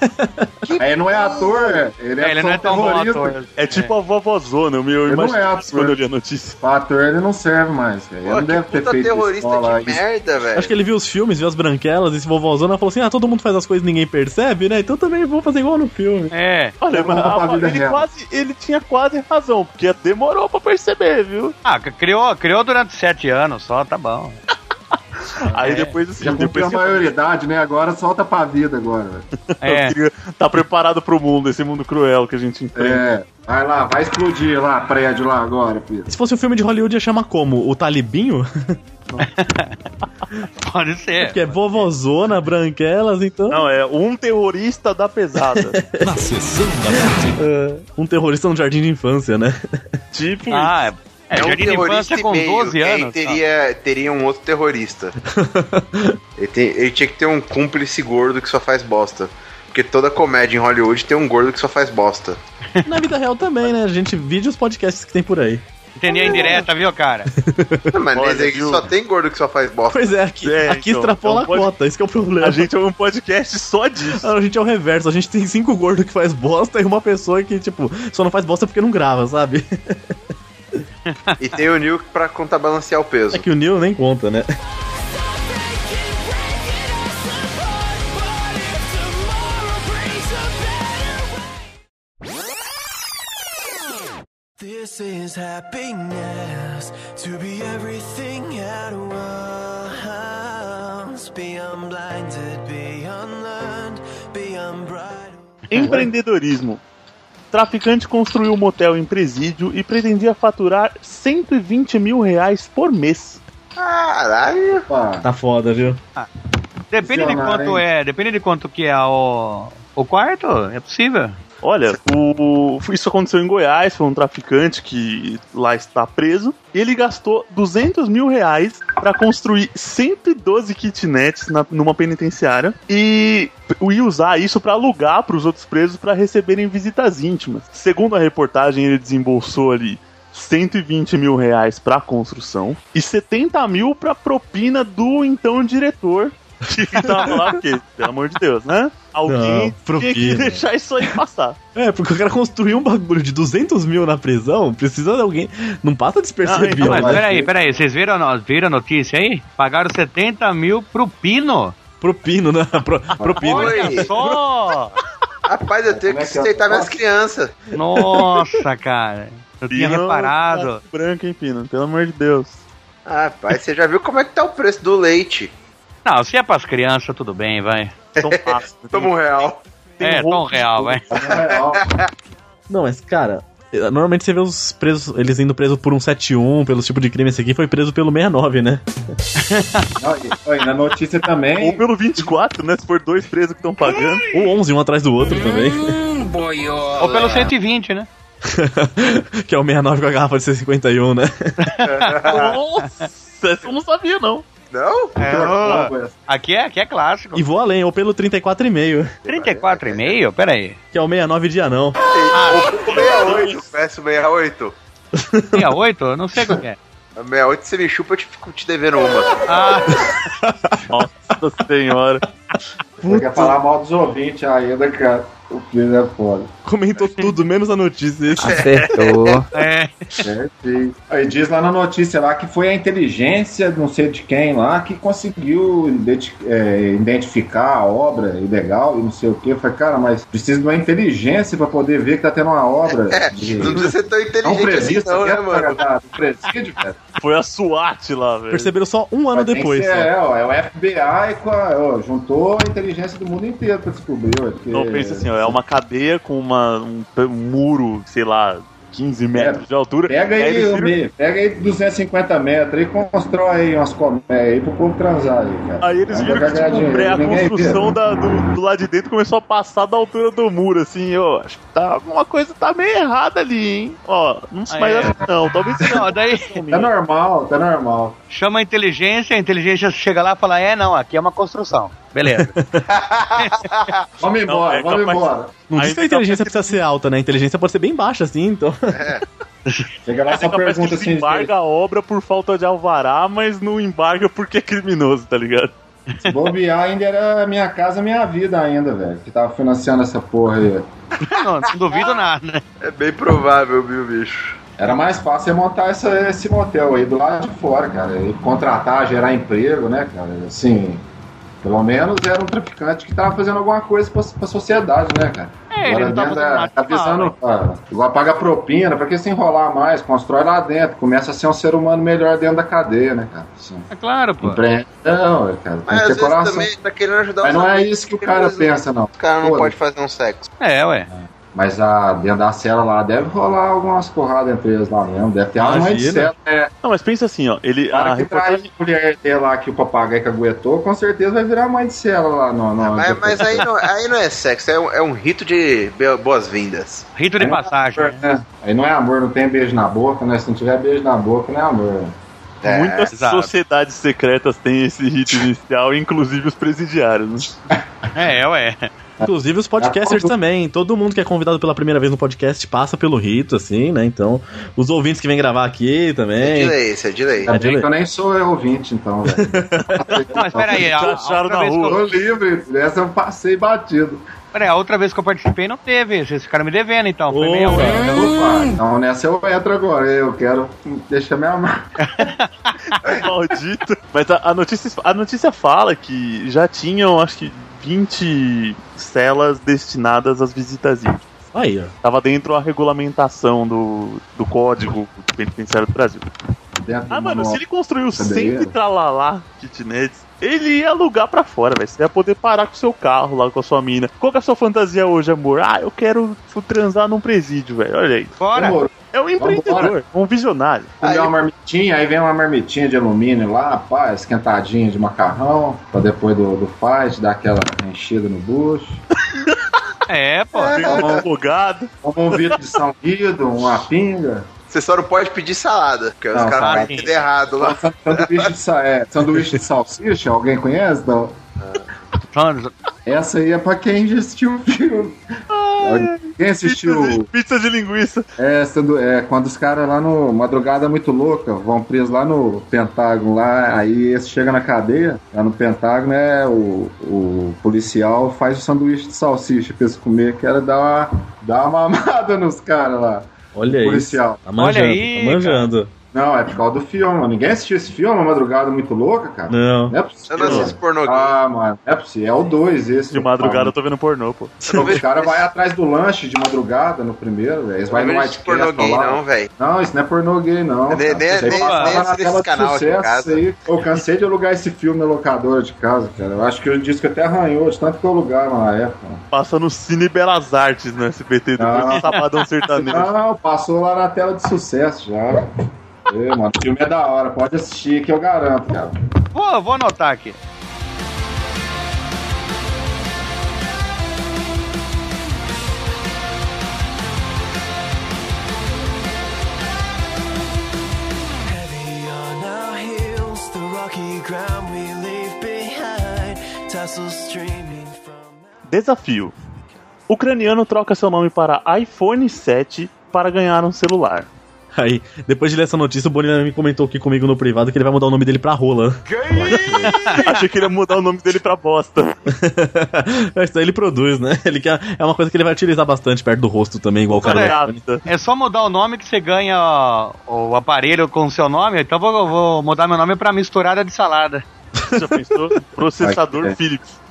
S1: Aí não é ator, ele é,
S2: ele
S1: só
S2: não é tão bom
S1: terrorista.
S2: ator.
S4: É tipo a vovozona, eu meu
S1: não
S4: imagino
S1: é
S4: isso quando
S1: ator.
S4: eu li a notícia.
S1: Pra ator ele não serve mais, velho. Ele
S3: Pô,
S1: não deve
S3: que
S1: ter
S3: puta
S1: feito
S3: terrorista
S1: escola.
S3: de merda, velho.
S5: Acho que ele viu os filmes, viu as branquelas, esse vovózona falou assim: ah, todo mundo faz as coisas e ninguém percebe, né? Então também vou fazer igual no filme.
S2: É.
S4: Olha, mas
S1: Vamos pra
S4: a-
S1: vida
S4: ele,
S1: real.
S4: quase, ele tinha quase razão, porque demorou pra perceber, viu?
S2: Ah, criou, criou durante sete anos só, tá bom.
S4: Aí depois, assim,
S1: Já cumpriu
S4: depois
S1: a maioridade, né? Agora solta pra vida agora, velho.
S2: É.
S3: [laughs]
S4: tá preparado pro mundo, esse mundo cruel que a gente enfrenta.
S1: É. Vai lá, vai explodir lá, prédio lá agora, Pedro.
S5: Se fosse um filme de Hollywood, ia chamar como? O Talibinho?
S2: Pode ser.
S5: Porque é vovozona, branquelas, então.
S4: Não, é um terrorista da [laughs] pesada.
S7: Na sessão da tarde.
S5: É, um terrorista no jardim de infância, né?
S4: tipo,
S2: Ah, é,
S3: É um
S2: jardim de
S3: terrorista
S2: infância
S3: e
S2: com
S3: meio, É
S2: 12
S3: que aí
S2: anos. tá
S3: Teria, teria um
S1: [laughs]
S3: outro terrorista. ele, tem- ele tinha que ter um cúmplice gordo que só faz bosta. Porque toda comédia em Hollywood tem um gordo que só faz bosta.
S5: Na vida real também, né? A gente vídeos podcasts que tem por aí.
S2: Entendi a indireta, viu, cara?
S3: Ah, Mas
S4: Olha,
S3: nesse aqui
S4: viu?
S3: só tem gordo que só faz bosta.
S5: Pois é, aqui,
S4: É,
S5: aqui
S4: então,
S5: extrapola
S4: então pode-
S5: a cota, esse que é o problema.
S4: A gente é um podcast só disso.
S5: Ah, a gente é o reverso, a gente tem cinco gordos que faz bosta e uma pessoa que, tipo, só não faz bosta porque não grava, sabe?
S3: E tem o Nil pra contrabalancear o
S4: [laughs]
S3: peso.
S5: É que o Neil nem conta, né?
S6: This is happiness to be everything at once. Be unblinded, be unlearned, be unbridled.
S4: Empreendedorismo. Traficante construiu um motel em presídio e pretendia faturar 120 mil reais por mês.
S3: Caralho!
S1: Opa,
S5: Tá foda, viu?
S2: Depende de
S1: Funcionar,
S2: quanto
S1: hein?
S2: é, depende de quanto que é o, o quarto, é possível.
S4: Olha, o- isso aconteceu em Goiás, foi um traficante que lá está preso. E ele gastou 200 mil reais para construir 112 kitnets na- numa penitenciária e, e usar isso para alugar para os outros presos para receberem visitas íntimas. Segundo a reportagem, ele desembolsou ali 120 mil reais para construção e 70 mil para propina do então diretor. Que tava lá, porque, pelo amor de Deus, né? Alguém tinha que
S5: propina.
S4: deixar isso aí passar.
S5: É, porque o cara construiu um bagulho de 200 mil na prisão, precisa de alguém. Não passa despercebido.
S2: Não, então, mas é-
S5: né?
S2: peraí, peraí, vocês viram, a no- viram a notícia aí? Pagaram 70 mil pro Pino.
S5: Propino, né? [laughs] Pro, propino.
S3: Oi.
S2: Olha só!
S3: Rapaz, eu tenho
S1: Como
S3: que
S1: é que é?
S3: sustentar minhas crianças.
S2: Nossa, cara. Eu tinha
S4: Pino,
S2: reparado.
S4: classe Branca, hein, Pino? Pelo amor de Deus.
S3: Ah, Rapaz, você já viu como é que tá o preço do leite?
S2: Não, se é pras crianças, tudo bem, vai.
S4: Tão fácil.
S3: Toma um real.
S4: Tem
S2: é, tão
S4: roupa de
S2: real,
S4: tudo.
S2: vai.
S1: na real,
S5: Não, mas, cara, normalmente você vê os presos, eles indo preso por 171, pelo tipo de crime. Esse aqui foi preso pelo 69, né?
S1: não, e- oi, na notícia
S4: Ou
S1: também,
S4: pelo 24, né? Se for dois presos que estão pagando.
S5: Ou 11, um atrás do outro também. [laughs]
S4: é.
S2: Ou pelo 120, né?
S5: que é o 69 com a garrafa de 151, né?
S4: Nossa, essa eu não sabia, não.
S3: Não?
S2: É, ô, aqui, é, aqui é clássico.
S5: E vou além, ou pelo 34,5,
S2: 34,5? Peraí.
S5: que é o 69 de anão.
S1: Ah, [laughs]
S3: O 68, peço 68.
S2: 68? Eu não sei qual que é.
S3: A 68 você me chupa, eu te fico te devendo uma.
S2: Ah,
S4: Nossa senhora.
S1: você quer falar mal dos ouvintes ainda, cara. O Pino é foda.
S5: Comentou tudo, menos a notícia.
S9: Acertou.
S2: é.
S1: É, sim. Aí diz lá na notícia lá que foi a inteligência, não sei de quem lá, que conseguiu identi- é, identificar a obra ilegal e não sei o que. Eu falei, cara, mas precisa de uma inteligência pra poder ver que tá tendo uma obra. de-
S3: Não precisa ser tão
S1: É um
S3: inteligente assim,
S1: previsto,
S3: não, né, mano?
S1: Um presídio, velho.
S4: Foi a SWAT lá, velho.
S5: Perceberam só um ano
S1: Mas tem que
S5: depois.
S1: ser,
S4: né?
S5: só.
S1: é, ó, é o FBI com a, ó, juntou a inteligência do mundo inteiro pra descobrir. ó, Porque,
S4: Então pensa assim, ó, é uma cadeia com uma, um, pe- um muro, sei lá, 15 metros de altura.
S1: Pega
S4: Aí
S1: aí,
S4: eles viram-
S1: me- pega aí 250 metros e constrói aí umas colmeias aí pro povo transar aí, cara.
S4: Aí eles
S1: Aí
S4: viram
S1: vai
S4: que tipo,
S1: ganhar dinheiro,
S4: a
S1: ninguém
S4: construção
S1: vê.
S4: da- do, do lado de dentro começou a passar da altura do muro, assim, eu acho que tá, alguma coisa tá meio errada ali, hein? Ó, não sei
S2: Ah,
S4: mais
S2: é.
S4: acho que não, talvez seja
S2: Não, daí
S1: Tá normal, tá normal.
S2: chama a inteligência, a inteligência chega lá e fala: é, não, aqui é uma construção. Beleza.
S1: Vamos embora,
S4: é
S1: vamos
S4: capaz-
S1: embora.
S5: Não
S4: Aí tá
S5: diz que a inteligência precisa ser alta, né? A inteligência pode ser bem baixa, assim, então.
S1: Chega lá
S4: Mas é
S1: só
S4: capaz que
S1: pergunta assim,
S4: embarga a obra por falta de alvará, mas não embarga porque é criminoso, tá ligado?
S1: se bobear ainda era minha casa, minha vida ainda, velho. Que tava financiando essa porra aí.
S2: [laughs] Não, não duvido nada.
S3: É bem provável, viu, bicho?
S1: Era mais fácil é montar essa- esse motel aí do lado de fora, cara. E contratar, gerar emprego, né, cara? Assim, pelo menos era um traficante que tava fazendo alguma coisa pra, pra sociedade, né, cara?
S2: É, ele não tá
S1: dentro
S2: fazendo
S1: da-
S2: nada
S1: tá
S2: de mal,
S1: pensando, ah, igual paga propina, pra que se enrolar mais? Constrói lá dentro, começa a ser um ser humano melhor dentro da cadeia, né, cara? Assim,
S2: É claro, pô.
S1: empreende. Não, cara, tem
S3: Mas
S1: que
S3: às
S1: ter
S3: vezes
S1: coração.
S3: também tá querendo ajudar
S1: Mas
S3: os
S1: não é
S3: amigos,
S1: isso que o
S3: porque
S1: cara
S3: às vezes
S1: pensa, não.
S3: assim, O cara não
S1: Foda-se.
S3: pode fazer um sexo.
S2: É, ué.
S1: Mas a, dentro da cela lá deve rolar algumas porradas entre eles lá mesmo. Deve ter uma de
S5: Imagina.
S1: cela. É,
S4: Não, mas pensa assim, ó, ele,
S1: cara
S4: a
S1: que
S4: reportagem...
S1: traz a mulher dele lá que o papagaio caguetou, com certeza vai virar mãe de cela lá no. no
S3: É, Mas,
S1: [laughs]
S3: mas aí, não, aí não é sexo, é um, é um rito de be- boas-vindas.
S2: Rito de passagem.
S1: É, Aí não é amor, não tem beijo na boca, né? Se não tiver beijo na boca, não é amor.
S3: É,
S4: Muitas
S2: exato.
S4: sociedades secretas têm esse rito inicial, inclusive os presidiários. né?
S2: É, ué.
S5: Inclusive os podcasters também. Todo mundo que é convidado pela primeira vez no podcast passa pelo rito, assim, né? Então, os ouvintes que vêm gravar aqui
S3: É
S5: também.
S3: delay, isso é delay.
S5: É
S1: Ainda bem
S5: delay.
S1: que eu nem sou ouvinte, então, velho.
S2: Não, mas peraí, a, a
S4: Acharam
S2: outra
S4: na
S2: vez que
S4: rua.
S2: eu,
S1: Tô livre, essa eu passei batido.
S2: peraí, a outra vez que eu participei não teve, vocês ficaram me devendo então. Foi
S5: Ô,
S2: meia hora.
S5: velho.
S1: Opa, então nessa eu entro agora, eu quero deixar minha marca.
S4: [laughs] Maldito. Mas a, a notícia, a notícia fala que já tinham, acho que, 20 celas destinadas às visitas íntimas.
S5: Aí, ó.
S4: Tava dentro a regulamentação do, do Código Penitenciário do Brasil.
S1: dentro
S4: Ah,
S1: do
S4: mano,
S1: manual.
S4: se ele construiu
S1: Cadê
S4: 100 e
S1: ele?
S4: tralalá kitnets, ele ia alugar pra fora, velho. Você ia poder parar com o seu carro lá com a sua mina. Qual que é a sua fantasia hoje, amor? Ah, eu quero tipo, transar num presídio, velho. Olha aí.
S2: Bora!
S1: Demorou.
S4: É um empreendedor, um visionário.
S1: Comer uma marmitinha, aí vem uma marmitinha de alumínio lá, pá, esquentadinha de macarrão, pra depois do, do fight, dar aquela enchida no bucho.
S2: É, pô.
S4: Tem um advogado.
S1: Como um vidro de São Guido, uma pinga.
S3: Você só não pode pedir salada, porque os
S1: Não,
S3: caras
S2: salada,
S3: vão
S2: sim.
S3: entender errado lá.
S1: Sanduíche de, sa- é, sanduíche de salsicha, alguém conhece? Não. Essa aí é pra quem já assistiu o filme. Quem
S4: Pizza de,
S1: assistiu
S4: pizza de linguiça.
S1: é, sandu- é, quando os caras lá no Madrugada Muito Louca vão presos lá no Pentágono, lá, aí esse chega na cadeia, lá no Pentágono, é o, o policial faz o sanduíche de salsicha pra eles comer, que era dar uma, dar uma [laughs] mamada nos caras lá.
S5: Olha aí.
S1: Policial.
S5: Tá manjando,
S2: Olha aí,
S5: tá manjando.
S1: Não, é por causa do filme, mano. Ninguém assistiu esse filme, Madrugada Muito Louca, cara. Não,
S5: Não.
S1: é
S3: Eu
S1: possível.
S3: não assisto pornô.
S1: Ah, mano, é possível. É o 2 esse.
S4: De madrugada eu tô vendo pornô, pô.
S3: eu não
S1: Os
S3: vejo
S1: caras
S3: pornô-
S1: vão atrás do lanche de madrugada no primeiro, velho. Eles
S3: eu
S1: vão
S3: não é
S1: no
S3: vejo
S1: White
S3: esse pornô
S1: Castle
S3: gay,
S1: lá.
S3: não, velho.
S1: Não, isso não é pornô gay, não.
S3: Nem-
S1: cara.
S3: nem-
S1: Isso aí
S3: nem-
S1: passava
S3: nem
S1: na
S3: assiste
S1: tela
S3: esse
S1: de
S3: canal aqui em
S1: sucesso,
S3: casa.
S1: isso aí. Eu cansei de alugar esse filme na locadora de casa, cara. Eu acho que o disco até arranhou de tanto que eu alugava na época.
S4: Passa no Cine Belas Artes no SBT depois
S1: Ah.
S4: do Sabadão Sertanejo.
S1: Não, passou lá na tela de sucesso já. Ê, mano, o filme é da hora, pode assistir que eu garanto, cara.
S2: Vou, vou anotar aqui.
S6: Heavy on our heels, the rocky ground we leave behind, tassels streaming from
S4: Desafio. Ucraniano troca seu nome para iPhone 7 para ganhar um celular.
S5: Aí, depois de ler essa notícia, o Bonilha me comentou aqui comigo no privado que ele vai mudar o nome dele pra Rola.
S4: [laughs]
S5: [laughs]
S4: Achei que ele ia mudar o nome dele pra bosta.
S5: Isso daí ele produz, né? Ele quer, é uma coisa que ele vai utilizar bastante perto do rosto também, igual o cara. do iPhone.
S4: Barata.
S2: É só mudar o nome que você ganha ó, o aparelho com o seu nome. Então vou, vou mudar meu nome pra misturada de salada.
S4: Já pensou? Processador
S1: Ai, é.
S4: Philips.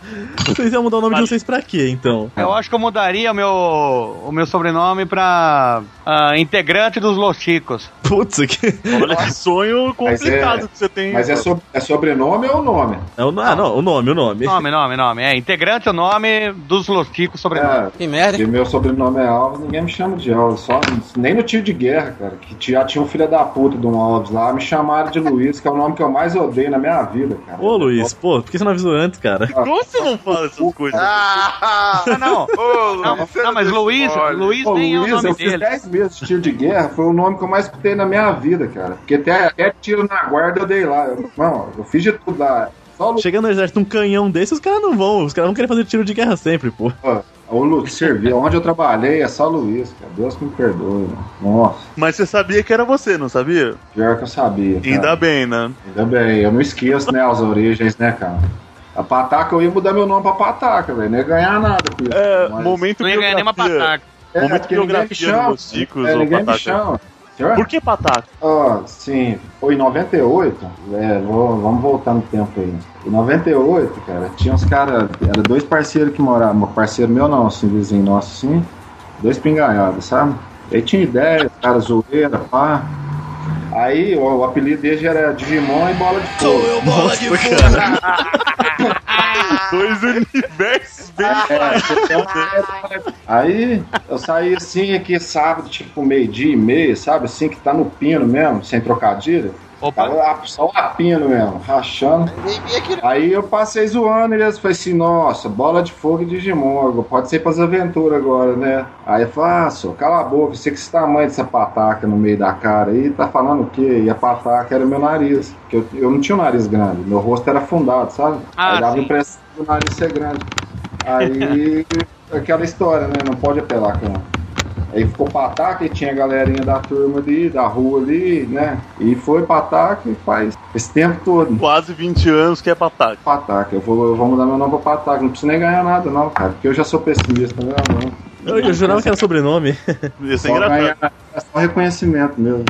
S5: Vocês iam mudar o nome de vocês pra quê, então?
S2: Eu
S1: Ah.
S2: acho que eu mudaria o meu, o meu sobrenome pra ah, integrante dos Los Chicos.
S5: Putz, [laughs] que...
S4: Olha que sonho complicado
S1: é-
S4: que você tem.
S1: Mas é, so- é sobrenome ou nome?
S5: É o, ah, não, o nome, o nome.
S2: Nome, nome, nome. É, integrante é o nome dos Los Chicos, sobrenome.
S1: É,
S9: Que merda,
S1: E meu sobrenome é Alves, ninguém me chama de Alves, só nem no tiro de guerra, cara. Que já tinha um filho da puta de um Alves lá, me chamaram de Luiz, que é o nome que eu mais odeio na minha vida, cara.
S5: Ô, Luiz, pô, por que você não avisou antes, cara?
S4: Como você não fala essas coisas?
S3: Ah,
S2: Ah, [laughs] não.
S3: ô,
S2: Não,
S3: Luiz,
S2: não, mas
S3: você
S2: Luiz,
S3: escolhe.
S2: Luiz
S1: Ô,
S2: nem
S1: Luiz,
S2: é o
S1: eu
S2: nome
S1: fiz
S2: dele.
S1: 10 meses de tiro de guerra, foi o nome que eu mais escutei na minha vida, cara. Porque até, até tiro na guarda eu dei lá. Eu, não, eu fiz de tudo lá. Só Lu...
S5: Chegando no exército um canhão desse, os caras não vão. Os caras vão querer fazer tiro de guerra sempre, pô.
S1: Ô, Lu, servia. Onde eu trabalhei é só Luiz, cara. Deus que me perdoe, mano. Nossa,
S4: Mas você sabia que era você, não sabia?
S1: pior que eu sabia. cara.
S4: Ainda bem, né?
S1: Ainda bem, eu não esqueço, né, as origens, né, cara? A Pataca, eu ia mudar meu nome pra Pataca, velho. Não ia ganhar nada com isso.
S4: É,
S1: mas-
S4: momento
S2: Não ia ganhar nem uma
S4: biografia.
S2: pataca.
S1: É,
S4: momento
S1: porque ninguém
S4: biografia
S1: me chama,
S4: dos Chicos,
S1: é,
S4: ô,
S1: ninguém
S4: Pataca.
S1: me chama. Senhor?
S4: Por que pataca?
S1: Ó, sim, foi em 98, é, vou- vamos voltar no tempo aí. Em 98, cara, tinha uns caras, era dois parceiros que moravam, parceiro meu não, assim, vizinho nosso, sim, dois pingalhados, sabe? Aí tinha ideia, os caras zoeira, pá. Aí o, o apelido dele era Digimon e Bola de Fogo.
S2: Ah.
S4: Dois universos bem.
S1: É, [laughs] Aí eu saí assim aqui sábado, tipo meio-dia e meia, sabe? Assim, que tá no pino mesmo, sem trocadilho. Tava
S2: Opa,
S1: lá, só lá pino mesmo, rachando. Aí eu passei zoando e eles falaram assim, nossa, bola de fogo e Digimon, agora pode ser pras aventuras agora, né? Aí eu falei, ah, só, cala a boca, você que esse tamanho dessa pataca no meio da cara aí, tá falando o quê? E a pataca era meu nariz, que eu, eu não tinha um nariz grande, meu rosto era afundado, sabe?
S2: Ah,
S1: aí dava
S2: sim.
S1: impressão do nariz ser grande. Aí, [laughs] aquela história, né? Não pode apelar, cara. Aí ficou pra ataque, tinha a galerinha da turma ali, da rua ali, né? E foi pra ataque faz esse tempo todo.
S4: Quase 20 anos que é pataca.
S1: Pra ataque, eu vou, eu vou mudar meu nome pra ataque. Não preciso nem ganhar nada, não, cara. Porque eu já sou pessimista, né? Não.
S5: Eu, eu jurava que era sobrenome. [laughs]
S4: Ia ser
S1: Só
S4: engraçado.
S1: ganhar- é só reconhecimento mesmo.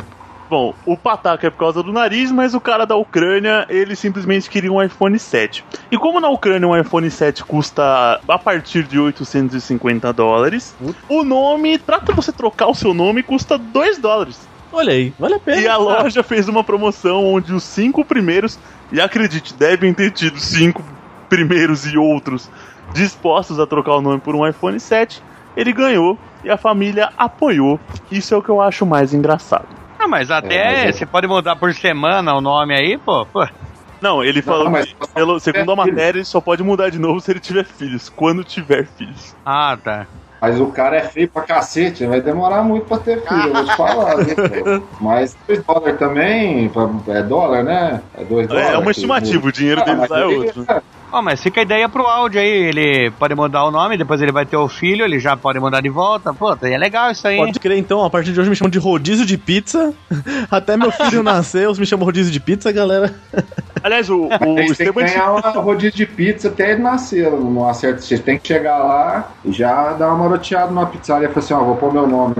S4: Bom, o pataca é por causa do nariz, mas o cara da Ucrânia, ele simplesmente queria um iPhone 7. E como na Ucrânia um iPhone 7 custa a partir de 850 dólares, o nome, pra você trocar o seu nome, custa 2 dólares.
S5: Olha aí, vale a pena.
S4: E a loja fez uma promoção onde os cinco primeiros, e acredite, devem ter tido cinco primeiros e outros dispostos a trocar o nome por um iPhone 7, ele ganhou e a família apoiou. Isso é o que eu acho mais engraçado.
S2: Ah, mas até
S1: É, mas
S2: você pode mudar por semana o nome aí, pô. Pô,
S4: Não, ele falou
S1: mas
S4: que, pelo, segundo a
S1: tiver filho.
S4: matéria, ele só pode mudar de novo se ele tiver filhos. Quando tiver filhos.
S2: Ah, tá.
S1: Mas o cara é feio pra cacete, vai demorar muito pra ter filho, eu vou te falar.
S4: [laughs]
S1: viu? Mas 2 dólares também, pra- é dólar, né? É 2 dólares.
S4: É uma
S1: que-
S4: estimativa, o dinheiro
S1: Ah,
S4: deles
S1: mas
S4: lá é
S1: aí-
S4: outro.
S2: Ó, mas fica a ideia pro áudio aí. Ele pode mudar o nome, depois ele vai ter o filho, ele já pode mandar de volta. Pô, é legal isso aí. hein?
S5: Pode crer, então, a partir de hoje me chamam de rodízio de pizza. [laughs] Até meu filho nasceu, me chamam rodízio de pizza, galera.
S1: [laughs]
S4: Aliás, o, o
S1: Tem tem que
S4: Esteban.
S1: ganhar uma rodízio de pizza até ele nascer, não acerta. Você tem que chegar lá e já dar uma maroteada numa pizzaria e falar assim: ó, vou pôr meu nome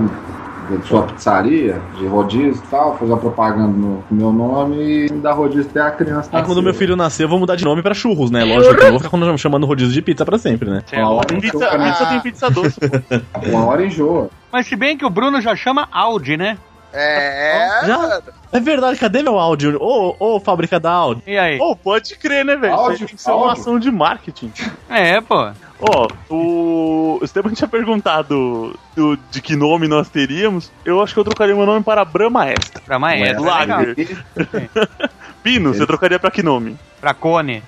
S1: da sua pizzaria, de rodízio e tal, fazer uma propaganda no com meu nome e dar rodízio até a criança
S5: Aí Ah, quando
S1: nascer.
S5: meu filho nasceu, eu vou mudar de nome pra churros, né? Lógico, eu não vou ficar chamando rodízio de pizza pra sempre, né?
S2: Sei lá.
S1: Uma hora
S4: Pizza,
S1: enjoa, né?
S4: pizza tem pizza doce.
S1: [laughs] Uma hora enjoa.
S2: Mas se bem que o Bruno já chama Audi, né?
S3: É.
S5: Já? É verdade, cadê meu áudio? Ô, ô, fábrica da áudio.
S2: E aí?
S4: Pô, pode crer, né, velho? Isso
S1: Áudio,
S4: aí Tem que ser uma
S1: áudio.
S4: ação de marketing.
S2: É, pô.
S4: Ó, o Esteban tinha perguntado do- de que nome nós teríamos. Eu acho que eu trocaria meu nome para Brahma Extra.
S2: Pra É maestro.
S4: Ué,
S2: legal.
S4: Lager. Pino, você trocaria pra que nome?
S2: Pra Cone.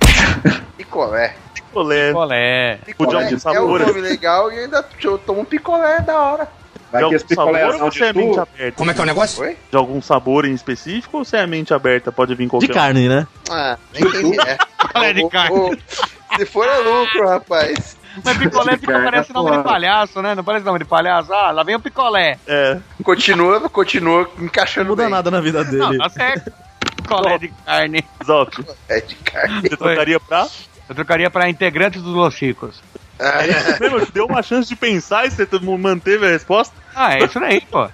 S3: Picolé.
S4: Olé.
S2: Colé.
S4: Pudim
S3: Picolé
S4: de
S3: é um
S4: sabor.
S3: nome legal e ainda eu tomo um picolé da hora.
S1: Vai que
S4: algum
S1: esse picolé
S4: sabor ou
S1: é
S4: você é
S1: de
S4: mente
S1: tudo.
S4: aberta?
S7: Como é que é o negócio?
S3: Oi?
S4: De algum sabor em específico ou você é mente aberta? Pode vir
S5: De
S4: qualquer um?
S5: carne, né?
S3: Ah,
S2: [laughs]
S3: nem quem é.
S2: Picolé de
S3: Ô, ô,
S2: carne.
S3: ô, Se for é lucro, rapaz.
S2: Mas é picolé fica,
S1: Cara,
S2: parece nome de
S1: porra.
S2: palhaço, né? Não parece nome de palhaço. Ah, lá vem o picolé.
S4: É.
S3: Continua, continua
S5: Não
S3: encaixando
S5: muda
S3: bem.
S5: nada na vida
S2: Não,
S5: dele.
S2: tá certo. Picolé de carne.
S4: Zop,
S3: É de carne.
S4: você trocaria pra.
S2: Eu trocaria pra integrante dos Los Chicos.
S4: É isso mesmo, te deu uma chance de pensar e você manteve a resposta.
S2: Ah, é isso daí, pô.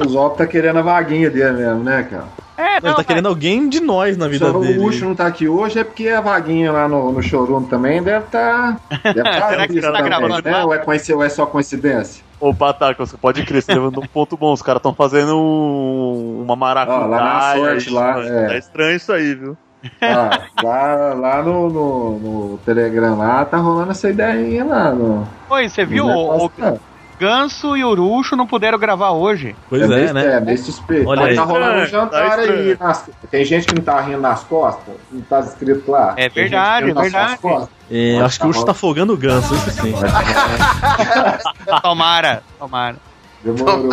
S1: O Zop tá querendo a vaguinha dele mesmo, né, cara?
S2: É,
S5: Ele
S2: não,
S5: tá
S2: mas-
S5: querendo alguém de nós na vida
S1: Se o
S5: dele.
S1: Luxo não tá aqui hoje é porque a vaguinha lá no, no showroom também deve tá. Deve tá
S2: [laughs] Será que
S1: lista
S2: você tá gravando
S1: né?
S2: lá?
S1: Ou é, coinci- ou é só coincidência?
S4: Ô, Pataca, você pode crer, você levantou um ponto bom. Os caras estão fazendo um- uma maracutaia.
S1: Ó, lá na sorte,
S4: isso,
S1: lá,
S4: mano.
S1: é.
S4: Tá estranho isso aí, viu?
S2: [laughs]
S1: Ah, lá lá no, no, no Telegram lá tá rolando essa ideinha lá. No,
S2: Oi, você viu?
S1: no
S2: O, o
S1: negócio, né?
S2: Ganso e o Uruxo não puderam gravar hoje.
S5: Pois
S1: meio-
S5: é, né?
S1: É, meio suspeito.
S5: Olha
S1: Mas
S5: aí.
S1: tá rolando um
S4: Estranho,
S1: jantar
S4: tá
S1: aí.
S4: estranho.
S1: nas- tem gente que não tá rindo nas costas, não tá escrito lá.
S2: É
S1: Tem gente
S2: verdade,
S1: rindo nas
S2: é verdade.
S1: suas costas.
S5: É, eu acho que o urso tá afogando o ganso, isso sim.
S2: Ah. Tomara, tomara.
S1: Demorou.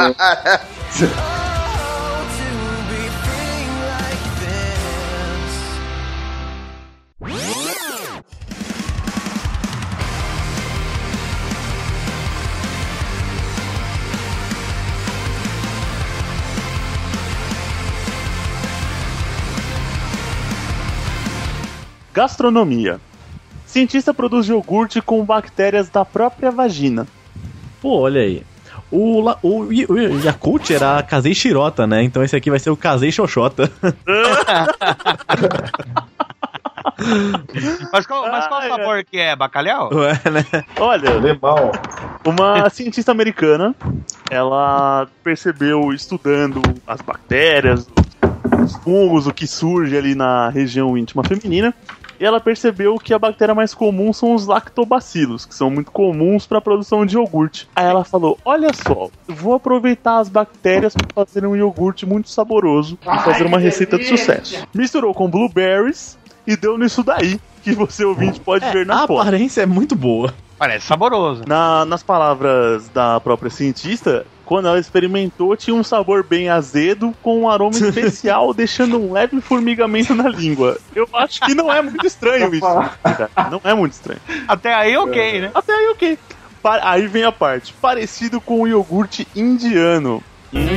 S4: Gastronomia. Cientista produz iogurte com bactérias da própria vagina.
S5: Pô, olha aí. O, La- o, I- o Yakult era Casei Shirota, né? Então esse aqui vai ser o Casei Xoxota. [laughs]
S2: Mas qual, mas qual
S4: Ai,
S2: sabor que é? Bacalhau?
S5: Ué, né?
S4: Olha,
S1: Alemão.
S4: Uma cientista americana, ela percebeu estudando as bactérias, os fungos, o que surge ali na região íntima feminina, e ela percebeu que a bactéria mais comum são os lactobacilos, que são muito comuns para a produção de iogurte. Aí ela falou: "Olha só, vou aproveitar as bactérias para fazer um iogurte muito saboroso e fazer uma receita de sucesso". Misturou com blueberries e deu nisso daí. Que você ouvinte pode ver
S5: a
S4: na foto.
S5: aparência é muito boa.
S2: Parece saboroso.
S4: Na- nas palavras da própria cientista, Quando ela experimentou, tinha um sabor bem azedo com um aroma especial, deixando um leve formigamento na língua. Eu acho que não é muito estranho isso. cara. Não é muito estranho.
S2: Até aí, ok, né?
S4: Até aí, ok. Pa- Aí vem a parte. Parecido com o iogurte indiano.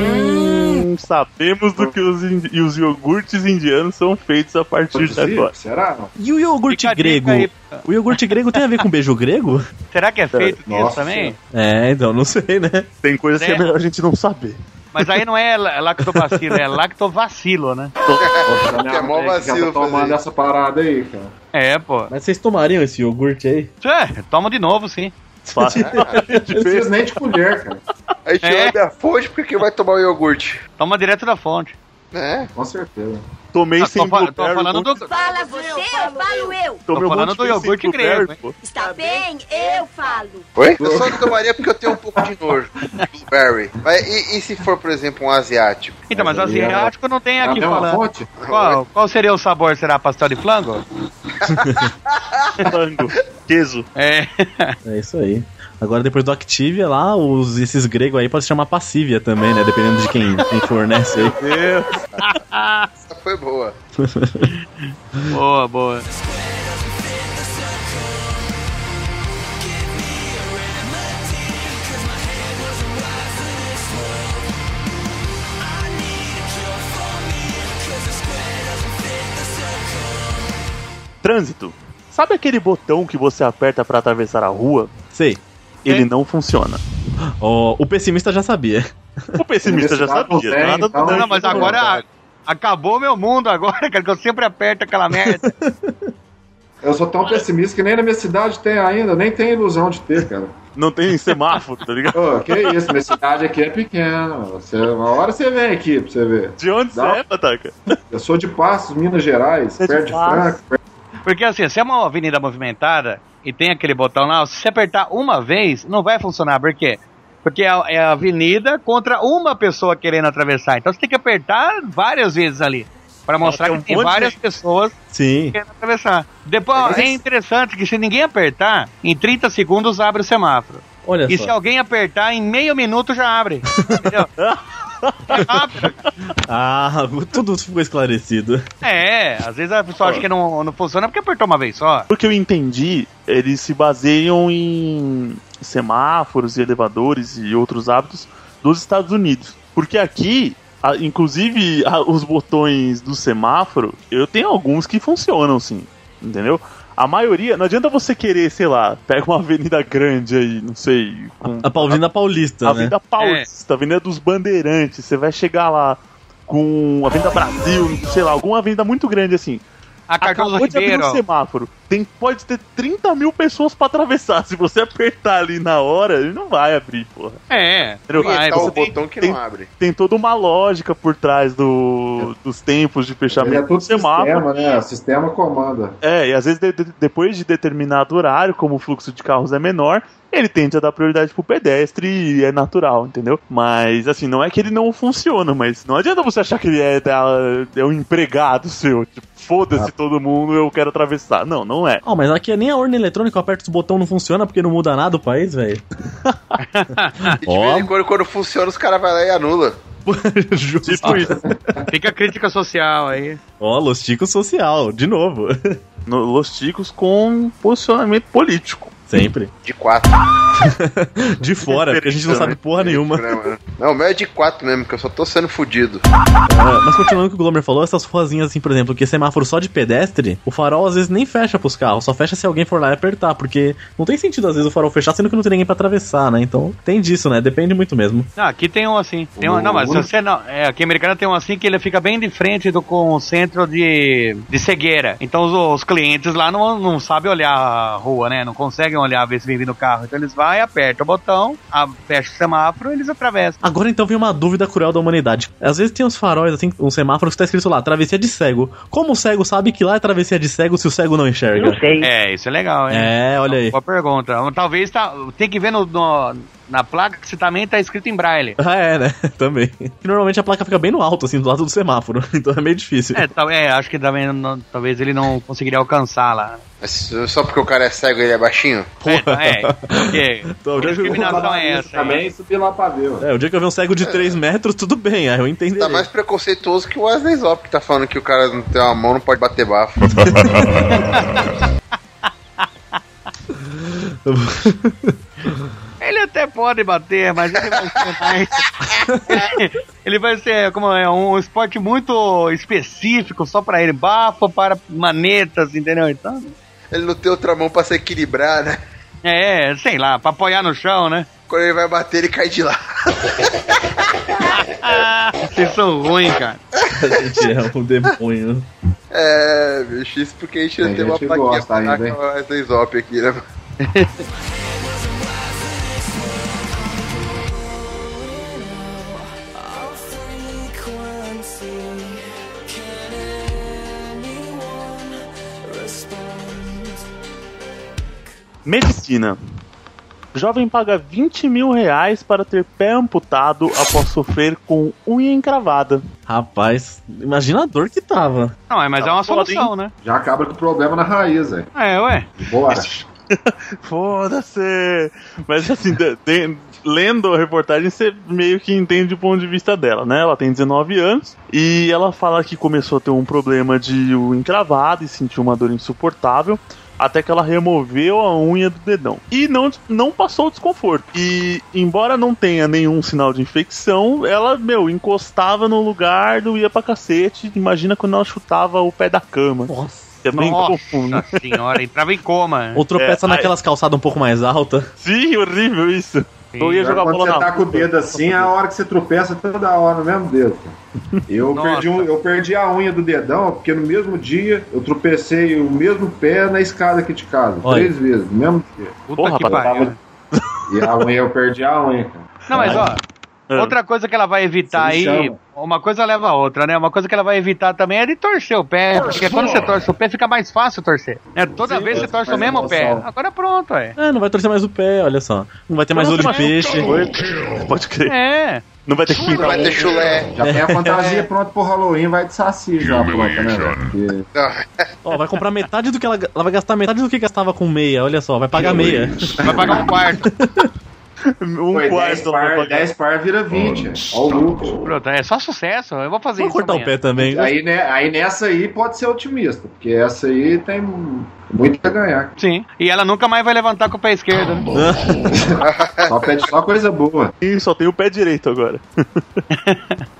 S4: Hum, sabemos do que os, in- e os iogurtes indianos são feitos a partir de agora.
S1: Produzir? Será?
S5: E o iogurte
S2: Fica a dica
S5: grego?
S2: aí.
S5: O iogurte grego tem a ver com beijo
S2: [laughs]
S5: grego?
S2: Será que é feito isso
S1: Nossa
S2: também?
S5: É, então, não sei, né?
S4: Tem coisas que é
S2: É.
S4: melhor a gente não saber.
S2: Mas aí não é la- lactobacilo, é lactovacilo, né?
S1: Poxa, minha
S3: Que é mó
S1: mãe que já
S3: vacilo
S1: tá tomando
S3: fazer.
S1: essa parada aí, cara.
S2: É, pô.
S5: Mas vocês tomariam esse iogurte aí?
S2: É, toma de novo, sim.
S4: Fa- [laughs]
S1: Não precisa nem de colher, cara.
S3: A gente
S2: É.
S3: olha a fonte porque vai tomar o iogurte.
S2: Toma direto da fonte.
S3: É.
S1: Com certeza.
S4: Tomei
S2: Ah,
S4: sem
S2: tô, fa- tô
S4: blueberry,
S2: falando
S4: muito-
S2: do.
S9: Fala você, eu falo eu.
S4: tomei
S2: tô falando
S4: monte
S2: do
S4: de
S2: iogurte
S4: sem
S2: grego,
S4: blueberry,
S2: hein?
S4: pô.
S9: Está bem, eu falo.
S3: Oi? Eu só não tomaria porque eu tenho um pouco de nojo. Blueberry. Mas e, e se for, por exemplo, um asiático?
S2: Então, mas
S1: Mas aí é-
S2: asiático não tem
S1: É a
S2: aqui
S1: mesma
S2: falando.
S1: fonte?
S2: Qual, qual seria o sabor? Será pastel de flango?
S4: [laughs] Frango, queso.
S2: É.
S5: É isso aí. Agora, depois do Activia lá, os, esses gregos aí podem se chamar Passivia também, né? Dependendo de quem, quem né? fornece aí.
S3: Essa foi boa.
S2: [laughs] Boa, boa.
S4: Trânsito. Sabe aquele botão que você aperta pra atravessar a rua?
S5: Sei.
S4: Ele não funciona.
S5: Ó, o pessimista já sabia.
S4: O pessimista já
S1: Universidade
S4: sabia.
S1: não tem,
S4: nada
S1: então-
S4: nada-
S2: Não, mas agora acabou meu mundo agora, [laughs] cara, que eu sempre aperto aquela merda.
S1: Eu sou tão pessimista que nem na minha cidade tem ainda, nem tem ilusão de ter, cara.
S4: não tem semáforo, tá ligado?
S1: Ô, que isso, minha cidade aqui é pequena. Você, uma hora você vem aqui pra você ver.
S4: De onde você
S1: Não.
S4: é, Pataca?
S1: Eu sou de Passos, Minas Gerais,
S4: Você é de
S1: perto de
S4: Passos.
S1: Franca. perto-
S2: Porque assim, se é uma avenida movimentada e tem aquele botão lá, se você apertar uma vez, não vai funcionar. Por quê? Porque é a- é a avenida contra uma pessoa querendo atravessar. Então você tem que apertar várias vezes ali. Pra mostrar
S4: tem
S2: que
S4: um
S2: tem
S4: monte de
S2: várias pessoas
S5: Sim.
S2: querendo atravessar. Depois, é interessante que se ninguém apertar, em 30 segundos abre o semáforo.
S5: Olha
S2: E se
S5: só.
S2: alguém apertar, em meio minuto já abre.
S4: [laughs]
S2: Entendeu? É rápido.
S5: Ah, [laughs] tudo ficou esclarecido.
S2: É, às vezes a pessoa acha que não, não funciona porque apertou uma vez só.
S4: Porque eu entendi, eles se baseiam em semáforos e elevadores e outros hábitos dos Estados Unidos. Porque aqui, a- inclusive, a- os botões do semáforo, eu tenho alguns que funcionam, sim. Entendeu? A maioria, não adianta você querer, sei lá, pega uma avenida grande aí, não sei, com
S5: A Paulina Paulista,
S4: a
S5: né?
S4: Avenida Paulista, a Avenida dos Bandeirantes. Você vai chegar lá com a Avenida Brasil, sei lá, alguma avenida muito grande assim.
S2: Tá A Ah, Cardoso
S4: Acabou de abrir
S2: Ribeiro.
S4: um semáforo. Tem, pode ter 30 mil pessoas pra atravessar. Se você apertar ali na hora, ele não vai abrir, porra.
S2: É,
S4: Entendeu?
S2: Ah,
S3: Punhetar
S2: você
S3: o
S2: tem-
S3: botão que
S4: tem-
S3: não [laughs] abre.
S4: Tem toda uma lógica por trás do, dos tempos de
S1: Ele é
S4: fechamento do
S1: tudo
S4: semáforo.
S1: sistema, né? O sistema comanda.
S4: É, e às vezes de- de- depois de determinado horário, como o fluxo de carros é menor, ele tende a dar prioridade pro pedestre e é natural, entendeu? Mas assim, não é que ele não funciona, mas não adianta você achar que ele é, da- é um empregado seu. Tipo,
S1: Ah.
S4: foda-se todo mundo, eu quero atravessar. Não, não é.
S5: Ó, Ah, mas aqui nem a urna eletrônica, eu aperto os botões não funciona porque não muda nada o país, velho.
S3: E de
S5: Ó.
S3: vez em quando, quando funciona, os caras vão lá e anula.
S5: Justo.
S4: Tipo isso.
S2: fica a crítica social aí.
S5: Ah, Ó, Los Ticos social, de novo. [laughs]
S4: no, Los Ticos com posicionamento político.
S5: Sempre.
S3: De quatro.
S5: De fora, porque a gente não sabe porra nenhuma.
S3: Né, mano? Não, o meu é de quatro mesmo, que eu só tô sendo fudido.
S5: Ah, mas continuando o que o Glomer falou, essas ruazinhas assim, por exemplo, que é semáforo só de pedestre, o farol às vezes nem fecha pros carros, só fecha se alguém for lá e apertar, porque não tem sentido às vezes o farol fechar, sendo que não tem ninguém pra atravessar, né? Então tem disso, né? Depende muito mesmo.
S2: Não, aqui tem um assim. Tem um,
S1: O
S2: não, mas se
S1: único-
S2: você não. É, aqui em Americana tem um assim que ele fica bem de frente do, com o centro de, de cegueira. Então os, os clientes lá não, não sabem olhar a rua, né? Não conseguem olhar, ver se vem vindo o carro. Então eles vão, apertam o botão, a, fecha o semáforo e eles atravessam.
S5: Agora então vem uma dúvida cruel da humanidade. Às vezes tem uns faróis, assim, uns semáforos que tá escrito lá, travessia de cego. Como o cego sabe que lá é travessia de cego se o cego não enxerga?
S2: É, isso é legal, hein?
S5: É, olha aí.
S2: Boa pergunta. Talvez tá, tem que ver no, no- na placa que se também tá escrito em braille.
S5: Ah, [laughs] é, né? [laughs] Também. Que normalmente a placa fica bem no alto, assim, do lado do semáforo. [laughs] Então é meio difícil. [laughs]
S2: É, tal, é acho que também não- talvez ele não conseguiria alcançar lá.
S3: Mas Só porque o cara é cego e ele é baixinho?
S2: Porra. É, porque
S5: Então,
S2: que
S5: onde é que eu-
S2: discriminação é essa?
S1: Também
S2: hein?
S1: subi lá pra ver. ué.
S5: É, o dia que eu ver um cego de 3 metros, tudo bem, aí eu entendi.
S3: Tá mais preconceituoso que o Wesley Zop, que tá falando que o cara não tem uma mão, não pode bater bafo.
S2: Ele até pode bater, mas ele vai ser mais.
S4: [laughs]
S2: ele vai ser como é um esporte muito específico só pra ele, bafo para manetas, entendeu? Então,
S3: Ele não tem outra mão pra se equilibrar, né?
S2: é, sei lá, pra apoiar no chão, né?
S3: Quando ele vai bater, ele cai de lá.
S4: Ah.
S2: Vocês são ruins, cara.
S5: [laughs] A gente é um demônio.
S3: É, bicho, isso porque a gente não
S1: Tem
S3: tem uma
S1: gente que gosta
S3: pra
S1: ainda, hein?
S3: com o Wesley Zop aqui, né?
S4: Medicina. Jovem paga 20 mil reais para ter pé amputado após sofrer com unha encravada.
S5: Rapaz, imagina a dor que tava.
S2: Não, é, mas
S4: Tá
S2: é uma
S4: foda,
S2: solução, né?
S1: Já acaba com o problema na raiz, velho.
S2: É, ué.
S1: Bora.
S4: Foda-se! Mas assim, de- de- lendo a reportagem, você meio que entende o ponto de vista dela, né? Ela tem 19 anos e ela fala que começou a ter um problema de unha encravada e sentiu uma dor insuportável. Até que ela removeu a unha do dedão. E não, não passou o desconforto. E, embora não tenha nenhum sinal de infecção, ela, meu, encostava no lugar, doía pra cacete. Imagina quando ela chutava o pé da cama.
S5: Nossa.
S4: É bem profundo.
S2: Nossa senhora, entrava em coma.
S5: Ou tropeça
S4: É, aí-
S5: naquelas calçadas um pouco mais altas.
S4: Sim, horrível isso. Eu ia jogar
S1: Quando
S4: bola
S1: você
S4: na
S1: tá com o
S4: rua.
S1: dedo assim, é a hora que você tropeça toda hora no mesmo dedo. cara. Eu
S2: Nossa.
S1: perdi, um- eu perdi a unha do dedão, porque no mesmo dia eu tropecei o mesmo pé na escada aqui de casa.
S5: Olha.
S1: Três vezes, no mesmo dia.
S2: Puta
S4: Porra,
S2: que
S4: rapaz,
S2: pariu.
S1: tava- E a unha, eu perdi a unha, cara.
S2: Não, mas ó,
S4: Ah.
S2: outra coisa que ela vai evitar
S1: Você
S2: aí,
S1: me chama.
S2: uma coisa leva a outra, né? Uma coisa que ela vai evitar também é de torcer o pé, porque quando você torce o pé fica mais fácil torcer. Né? Toda
S1: Sim,
S2: vez você
S1: mas
S2: torce o
S1: faz
S2: mesmo pé.
S1: emoção.
S2: Agora pronto, é.
S5: É, não vai torcer mais o pé, olha só. Não vai ter mais
S4: Não
S5: olho
S4: vai
S1: um
S5: de
S4: ter mais um
S5: peixe.
S4: Pode crer.
S2: É.
S4: Não vai ter que
S3: Não
S1: Então,
S4: pintar.
S1: é.
S3: vai ter chulé.
S1: Já tem a
S4: [laughs] É.
S1: fantasia pronta pro Halloween, vai de saci já pronta, né? velho? Porque-
S3: Não,
S5: Ó, vai comprar metade do que ela, ela vai gastar metade do que gastava com meia, olha só, vai pagar meia.
S2: Vai pagar um quarto.
S4: Um
S1: Foi,
S4: quarto
S1: 10
S4: lá pra
S1: é, par,
S4: pagar.
S1: 10 par vira 20. Ó o lucro.
S2: Pronto, é só sucesso. Eu vou fazer
S5: Vou
S2: isso.
S5: cortar o
S2: amanhã.
S5: pé também.
S1: Aí, né, aí nessa aí pode ser otimista, porque essa aí tem muito a ganhar.
S2: Sim. E ela nunca mais vai levantar com o pé esquerdo, né?
S1: Só pede só coisa boa.
S4: Ih, só tem o pé
S1: [laughs]
S4: direito agora.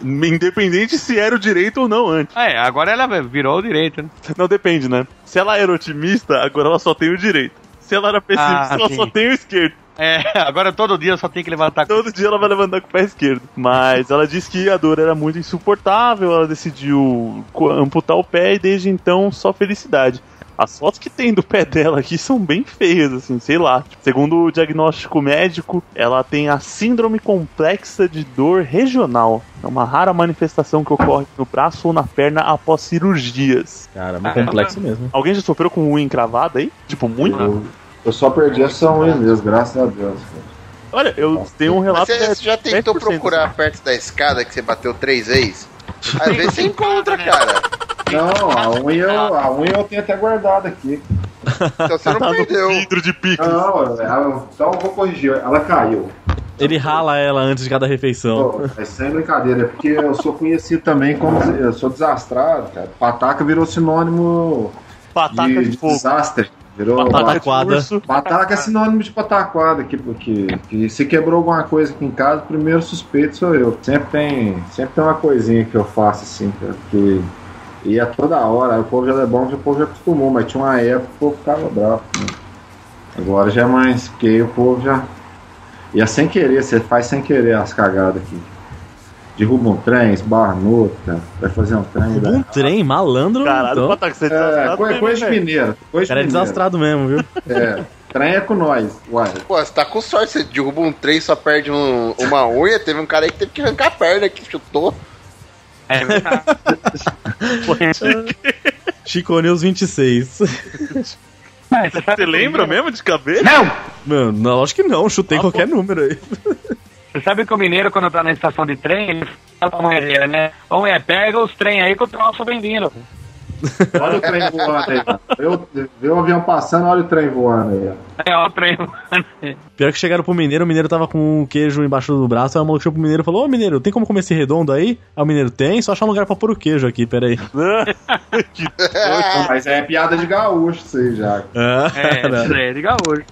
S4: Independente se era o direito ou não antes.
S2: Ah, É, agora ela virou o direito, né?
S4: Não depende, né? Se ela era otimista, agora ela só tem o direito. Se ela era pessimista,
S2: Ah,
S4: ela
S2: sim.
S4: só tem o esquerdo.
S2: É, [laughs] agora todo dia eu só tem que levantar com
S4: Todo dia ela vai levantar com o pé esquerdo. Mas ela disse que a dor era muito insuportável, ela decidiu co- amputar o pé e desde então só felicidade. As fotos que tem do pé dela aqui são bem feias, assim, sei lá. Segundo o diagnóstico médico, ela tem a síndrome complexa de dor regional. É uma rara manifestação que ocorre no braço ou na perna após cirurgias.
S5: Cara, é complexo mesmo.
S4: Alguém já sofreu com unha encravada aí? Tipo, muito?
S1: Eu, eu só perdi essa unha mesmo, graças a Deus.
S4: Olha, eu tenho um relato...
S3: Você
S4: de
S3: já tentou
S4: 10%,
S3: procurar perto da escada que você bateu três vezes? Às vezes você encontra, cara.
S1: Não, a unha, eu- a unha eu tenho até guardado aqui.
S3: Então você não
S4: [laughs] Tá no
S3: perdeu.
S4: vidro de pica.
S1: Não, não, ela- então eu vou corrigir. Ela caiu.
S5: Ele rala ela antes de cada refeição.
S1: Pô, mas sem brincadeira, é porque eu sou conhecido também como. Eu sou desastrado, cara. Pataca virou sinônimo
S4: Pataca
S1: de,
S4: de fogo.
S1: desastre. Virou
S5: Pataca- Pataquada.
S4: urso.
S1: Pataca é sinônimo de pataquada aqui, porque que se quebrou alguma coisa aqui em casa, o primeiro suspeito sou eu. Sempre tem, sempre tem uma coisinha que eu faço assim, cara, que e é toda hora, o povo já é bom, o povo já acostumou, mas tinha uma época que o povo ficava bravo. né? Agora já é mais, porque aí o povo já. E é sem querer, você faz sem querer as cagadas aqui. Derruba um trem, esbarra no outro, cara. vai fazer um trem.
S5: Roubou um
S1: vai-
S5: trem, malandro.
S4: Caralho,
S5: então.
S4: Pataca, você é
S1: É,
S4: desastrado
S1: coisa,
S4: mesmo,
S1: coisa de
S4: hein, velho?
S1: mineiro. Coisa de
S5: Cara, é
S1: mineiro.
S5: desastrado mesmo, viu?
S1: É, trem é com nós, uai.
S3: Pô, você tá com sorte, você derruba um trem e só perde um- uma unha. Teve um cara aí que teve que arrancar a perna, que chutou.
S2: É verdade.
S5: Chico News 26.
S4: Você lembra mesmo de cabeça?
S2: Não!
S5: Mano, não, lógico que não,
S2: Ah,
S5: chutei qualquer número aí.
S2: Você sabe que o mineiro, quando tá na é, estação de trem, ele fala pra mulher dele, né? Ô mulher, pega os trem aí que o troço vem vindo.
S1: Olha o trem voando aí. ó. Vê o- Vê o avião passando, olha o trem voando aí. ó.
S2: É o trem. [laughs]
S5: Pior que chegaram pro mineiro, o mineiro tava com um queijo embaixo do braço, aí o maluco chegou pro mineiro e falou, ô mineiro, tem como comer esse redondo aí? Aí o mineiro, tem, só achar um lugar pra pôr o queijo aqui, peraí.
S1: Não, mas é piada de gaúcho isso aí já.
S5: [laughs] Ah,
S2: É,
S5: cara.
S2: isso aí, liga [laughs] hoje.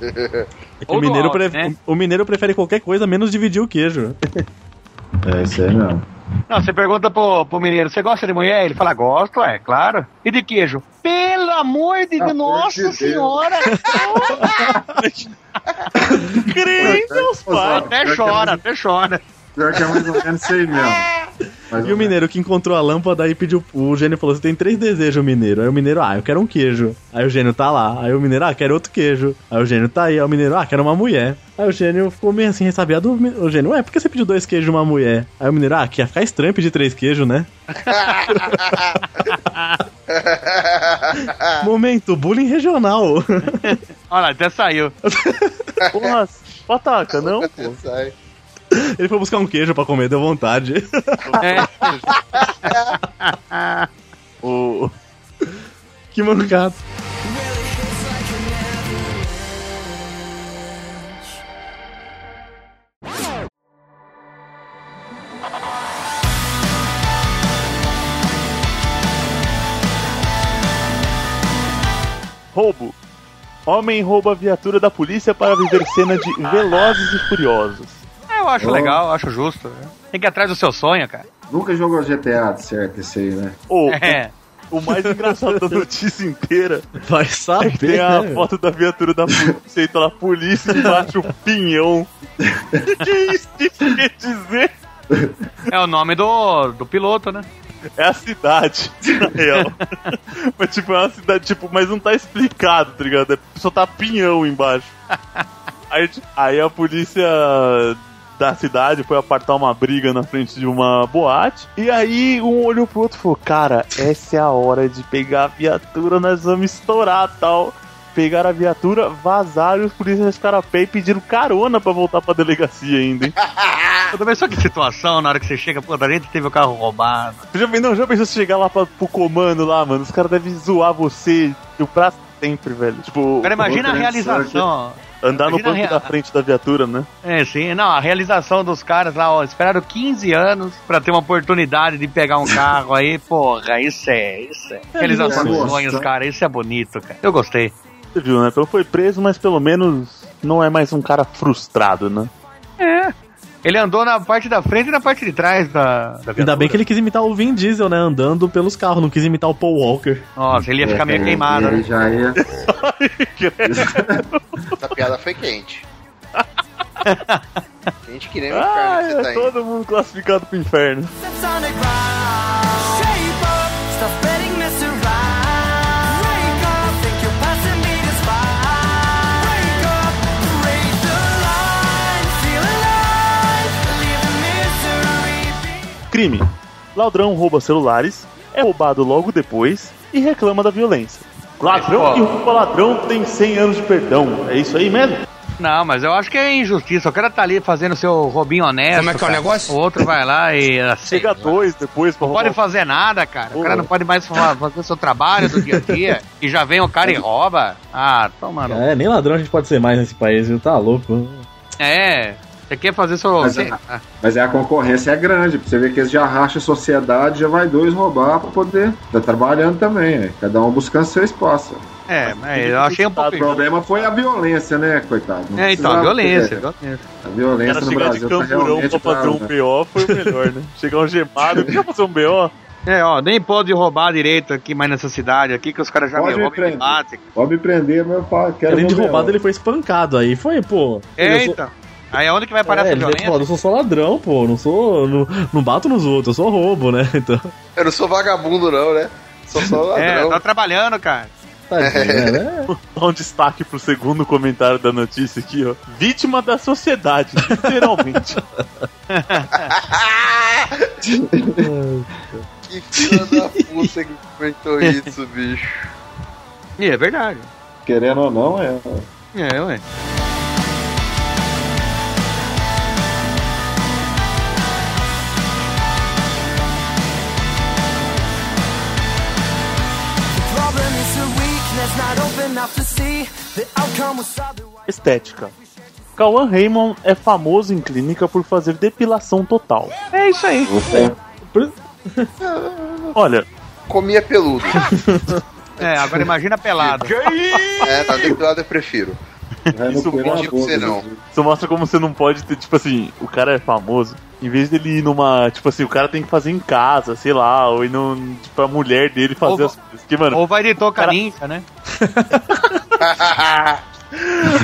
S5: É que
S2: Ou
S5: o,
S2: do
S5: mineiro
S2: áudio,
S5: pref-
S2: né?
S5: o mineiro prefere qualquer coisa menos dividir o queijo.
S1: É isso aí mesmo.
S2: Não, você pergunta pro, pro mineiro, você gosta de mulher? Ele fala, gosto, é, claro. E de queijo? Pelo amor de Deus,
S1: Pelo amor
S2: nossa
S1: de Deus. [laughs]
S2: senhora!
S4: Crenças,
S1: tipo,
S4: pai.
S2: até chora, até chora.
S1: é Pior que é mais ou menos isso aí mesmo. Mais
S5: E
S1: ou
S5: o mineiro que encontrou a lâmpada aí pediu. O gênio falou: Você tem três desejos, mineiro. Aí o mineiro, ah, eu quero um queijo. Aí o gênio tá lá. Aí o mineiro, ah, quero outro queijo. Aí o gênio tá aí. Aí o mineiro, ah, quero uma mulher. Aí o gênio ficou meio assim, ressabiado. O mi- O gênio, ué, por que você pediu dois queijos e uma mulher? Aí o mineiro, ah, que ia ficar estranho pedir três
S4: [laughs]
S5: queijos, né? Momento, bullying regional. [laughs]
S2: Olha lá, até saiu.
S4: Porra, pataca, não?
S3: Até sai.
S5: Ele foi buscar um queijo pra comer, deu vontade. [laughs]
S2: É,
S4: O...
S5: que mancado.
S4: Roubo. Homem rouba a viatura da polícia para viver cena de Velozes e Furiosos.
S2: é, eu acho
S1: Oh.
S2: legal, eu acho justo. né? Tem que ir atrás do seu sonho, cara.
S1: menos. Nunca jogou GTA de certo esse aí, né?
S4: Ou,
S2: [laughs] É.
S4: o mais engraçado da notícia inteira [laughs]
S5: Vai
S4: é
S5: saber.
S4: que tem a
S5: né?
S4: foto da viatura da polícia e tá lá, polícia embaixo, um pinhão. que isso que isso quer dizer?
S2: É o nome do, do piloto, né?
S4: É a cidade, [laughs] na real. mas tipo, é uma cidade, tipo, mas não tá explicado, tá ligado? É- Só tá pinhão embaixo. Aí, ti- aí a polícia da cidade foi apartar uma briga na frente de uma boate. E aí um olhou pro outro e falou: Cara, essa é a hora de pegar a viatura, nós vamos estourar tal. Pegaram a viatura, vazaram e os policiais ficaram a pé e pediram carona pra voltar pra delegacia ainda, hein?
S1: Ah.
S2: Eu também só que situação, na hora que você chega, pô, a gente teve o carro roubado.
S4: Já, pe- não, já pensou se chegar lá pra, pro comando lá, mano? Os caras devem zoar você do pra sempre, velho. Tipo,
S2: Cara, imagina a
S1: Outra
S2: realização.
S4: andar no
S2: imagina
S4: banco
S2: a rea-
S4: da frente da viatura, né?
S2: É, sim. Não, a realização dos caras lá, ó, esperaram 15 anos pra ter uma oportunidade de pegar um
S1: [laughs]
S2: carro aí, porra, isso é, isso é. Realização dos
S1: gosto,
S2: sonhos,
S1: né?
S2: cara, isso é bonito, cara. Eu gostei.
S4: Você viu, né? Pelo foi preso, mas pelo menos não é mais um cara frustrado, né?
S2: Ele andou na parte da frente e na parte de trás da, da
S5: Ainda bem
S2: viatura.
S5: que ele quis imitar o Vin Diesel, né? Andando pelos carros, não quis imitar o Paul Walker.
S2: Nossa, ele ia ficar meio
S1: É,
S2: queimado,
S1: Ele
S2: né?
S1: já ia.
S3: Essa piada foi
S4: [laughs]
S3: quente. Quente que nem o
S4: Ah,
S3: carne que você tá
S4: é
S3: indo.
S4: todo mundo classificado pro inferno.
S6: Steps on the ground. Shape up. Stop betting this around. Wake up. Think you're passing me this by. Wake up. Raise the line. Feel alive. Leave the misery behind.
S4: Crime: ladrão rouba celulares, é roubado logo depois e reclama da violência. Ladrão que rouba ladrão tem 100 anos de perdão. É isso aí mesmo?
S2: Não, mas eu acho que é injustiça. O cara tá ali fazendo seu robinho honesto.
S10: Como é que é o
S2: cara.
S10: negócio?
S2: O outro vai lá
S10: [laughs]
S2: e assim.
S4: Chega dois depois pra
S2: Não
S4: roubar.
S2: pode fazer nada, cara. O
S4: Pô.
S2: cara não pode mais fa- fazer seu trabalho do dia a
S10: [laughs]
S2: dia. E já vem o cara e rouba. Ah, toma. no-
S5: É, nem ladrão a gente pode ser mais nesse país, viu? Tá louco.
S2: É. Você quer fazer seu.
S1: Mas
S2: você-
S1: é-
S2: Ah,
S1: Mas é, a concorrência é grande, pra você ver que eles já racham a sociedade, já vai dois roubar pra poder. Tá trabalhando também, né? Cada um buscando seu espaço.
S2: É, mas eu achei um pouco.
S1: O problema foi a violência, né, coitado? Não
S2: É, então,
S1: precisava-
S2: violência, violência.
S1: A
S4: O cara
S1: violência no
S4: chegar de
S1: Brasil tá
S4: camburão
S1: realmente
S4: pra fazer um
S1: brava.
S4: BO foi o melhor, [laughs] né? Chegar um gemado, quer fazer um BO?
S2: É, ó, nem pode roubar direito aqui mais nessa cidade aqui, que os caras já
S1: Pode
S2: me
S1: me
S2: roubam e me
S1: prender.
S2: batem.
S1: Pode me prender, meu pai. Quero
S5: Além de
S1: meu
S5: roubado,
S1: leão.
S5: ele foi espancado aí. Foi, pô.
S2: É,
S5: eu sou-
S2: então. Aí onde que vai parar
S5: É,
S2: essa
S5: ele deve
S2: violência?
S5: falar, eu sou só ladrão, pô. Não sou. Não, não bato nos outros, eu sou
S4: [laughs]
S5: roubo, né? Então.
S3: Eu não sou vagabundo, não, né? Sou só
S2: É,
S3: ladrão.
S2: tá trabalhando, cara.
S5: Tadinho, né?
S4: Dá um destaque pro segundo comentário da notícia aqui, ó. Vítima da sociedade, literalmente.
S3: [laughs] Que filha da puta que
S4: [laughs]
S3: comentou isso, bicho.
S2: E é verdade.
S1: Querendo ou não, é.
S2: É, ué.
S6: eyes not open enough to see the outcome was solid white.
S4: [laughs] Estética. Cauan Raymond é famoso em clínica por fazer depilação total. É isso aí. Olha,
S3: Comia
S4: [laughs]
S3: peludo.
S2: É, agora imagina pelado.
S3: é, tá depilado eu prefiro.
S1: Vai no
S4: Isso
S1: pé na
S3: pode
S1: boca,
S3: ser, não.
S1: né?
S4: Isso mostra como você não pode ter, tipo assim, o cara é famoso. Em vez dele ir numa. Tipo assim, o cara tem que fazer em casa, sei lá, ou ir num, tipo, a mulher dele fazer
S2: Ou-
S4: as coisas. Que, mano,
S2: Ou vai de touca ninja, né?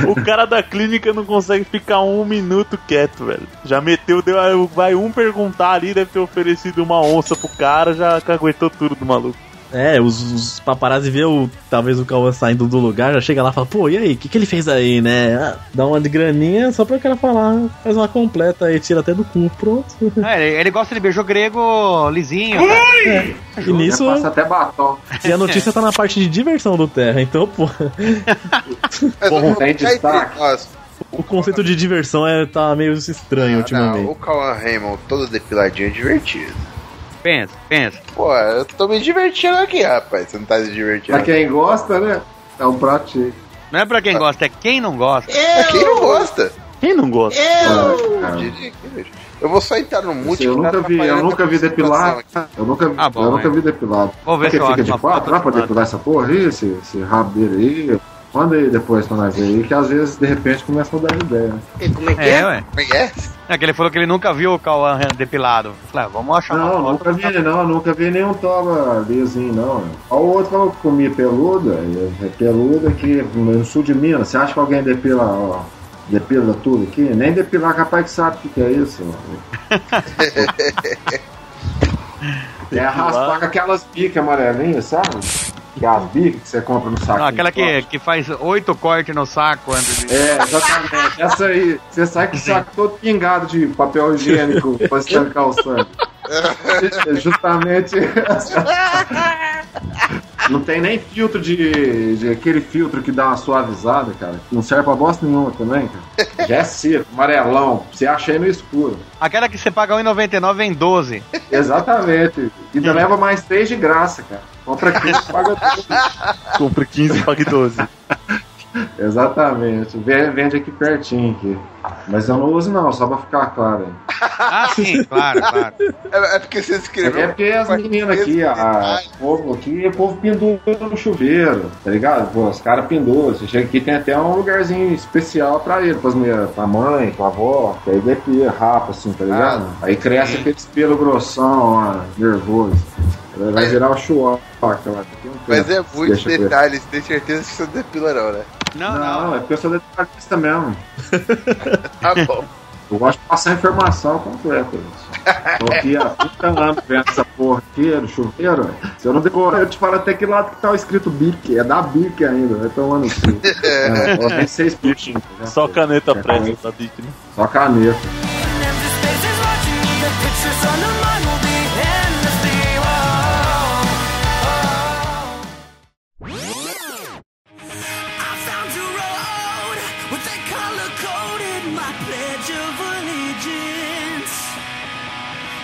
S4: o cara da clínica não consegue ficar um minuto quieto, velho. Já meteu, deu. Vai um perguntar ali, deve ter oferecido uma onça pro cara, já caguetou tudo do maluco.
S5: É, os, os paparazzi vê o, talvez o Cauã saindo do lugar, já chega lá e fala, pô, e aí, o que, que ele fez aí, né? Ah, Dá uma de graninha só pra o cara falar, faz uma completa aí, tira até do cu, pronto.
S2: É, ele, ele gosta de beijo grego lisinho. cara.
S5: E nisso, é?
S1: Já Passa até batom.
S5: e a notícia tá na parte de diversão do Terra, então, pô, [laughs]
S3: Mas
S1: Bom,
S3: o-
S1: tem
S3: já entre
S1: destaque.
S3: nós,
S5: o conceito de diversão é, tá meio estranho ultimamente.
S3: Ah, não, o Cauan Raymond todo depiladinho é divertido.
S2: Pensa, pensa.
S3: Pô, eu tô me divertindo aqui, rapaz. Você não tá se divertindo.
S1: Pra quem gosta, né? É um prato cheio.
S2: Não é pra quem gosta, é quem não gosta.
S3: Pra É, quem não gosta.
S4: Quem não gosta?
S1: Ah, cara.
S3: Diria que hoje. Eu vou só entrar no mute.
S1: eu
S3: que tá
S1: nunca vi, eu
S3: atrapalhando
S1: nunca
S3: a
S1: vi depilado.
S3: concentração
S1: Eu nunca,
S2: Ah, bom,
S1: eu nunca
S2: hein.
S1: vi depilado.
S2: Vou ver
S1: Porque
S2: se eu
S1: fica
S2: acho
S1: de
S2: uma
S1: quatro, dá pra
S2: foto.
S1: depilar essa porra aí, esse, esse rabo dele aí. Manda aí depois pra nós ver aí, que às vezes, de repente, começa a mudar de ideia. né?
S3: aqui. Como é que
S2: É,
S3: é?
S2: ué.
S3: Como é que é?
S2: É que ele falou que ele nunca viu o Cauã depilado. Falei, ah, vamos achar uma
S1: Não,
S2: foto.
S1: nunca vi, não, nunca vi nenhum toba lisinho, não. Olha o outro falou que comia peluda, e é peluda aqui no sul de Minas. Você acha que alguém depila, ó, depila tudo aqui? Nem depilar capaz que sabe o que, que é
S2: [laughs]
S1: isso. é raspar com aquelas bicas amarelinhas, sabe? Que é as bicas que você compra no saco.
S2: Não, aquela
S1: de plástico.
S2: que, que faz oito cortes no saco antes de...
S1: É, exatamente. Essa aí. Você sai com o saco todo pingado de papel higiênico pra estancar o sangue. É Justamente. essa. Não tem nem filtro de, de aquele filtro que dá uma suavizada, cara. que Não serve pra bosta nenhuma também, cara. Já é seco, amarelão. Você acha aí no escuro.
S2: Aquela que você paga 1,99 vem 12.
S1: Exatamente. Ainda leva mais três de graça, cara. Compra aqui, paga tudo.
S4: Compre 15, pague 12.
S1: Exatamente. Vende vende aqui pertinho aqui. Mas eu não uso não, só pra ficar claro. aí.
S2: Ah, [laughs] sim, claro, claro.
S3: É, é porque você escreveu.
S1: É porque as meninas aqui, a, o povo aqui, o povo pendura no chuveiro, tá ligado? Pô, os caras penduram. Você chega aqui, tem até um lugarzinho especial pra ele, pras mulheres, pra mãe, pra avó, que aí depia, rapa, assim, tá ligado?
S3: Ah,
S1: aí cresce aquele pelo grossão, ó, nervoso. Vai virar uma chuaca lá. Tem um
S3: Mas
S1: tempo.
S3: é muitos
S1: Deixa eu ver.
S3: detalhes, tem certeza que você não depila, não, né?
S2: Não, não.
S1: Não, é porque eu sou detalhista mesmo.
S2: [laughs]
S3: Tá bom.
S1: Eu gosto de passar informação completa. gente. Tô aqui há 30 anos vendo essa porra aqui no chuveiro. velho. Se eu não decorar, eu te falo até que lado que tá escrito BIC. É da BIC ainda, vai tomando cu. É, ó, Nem sei explicar.
S4: Só caneta preta, tá dica, né?
S1: Só caneta.
S6: And empty spaces watching me, the pictures on the mind will be endlessly long. I found a road with that color coded my pledge of allegiance.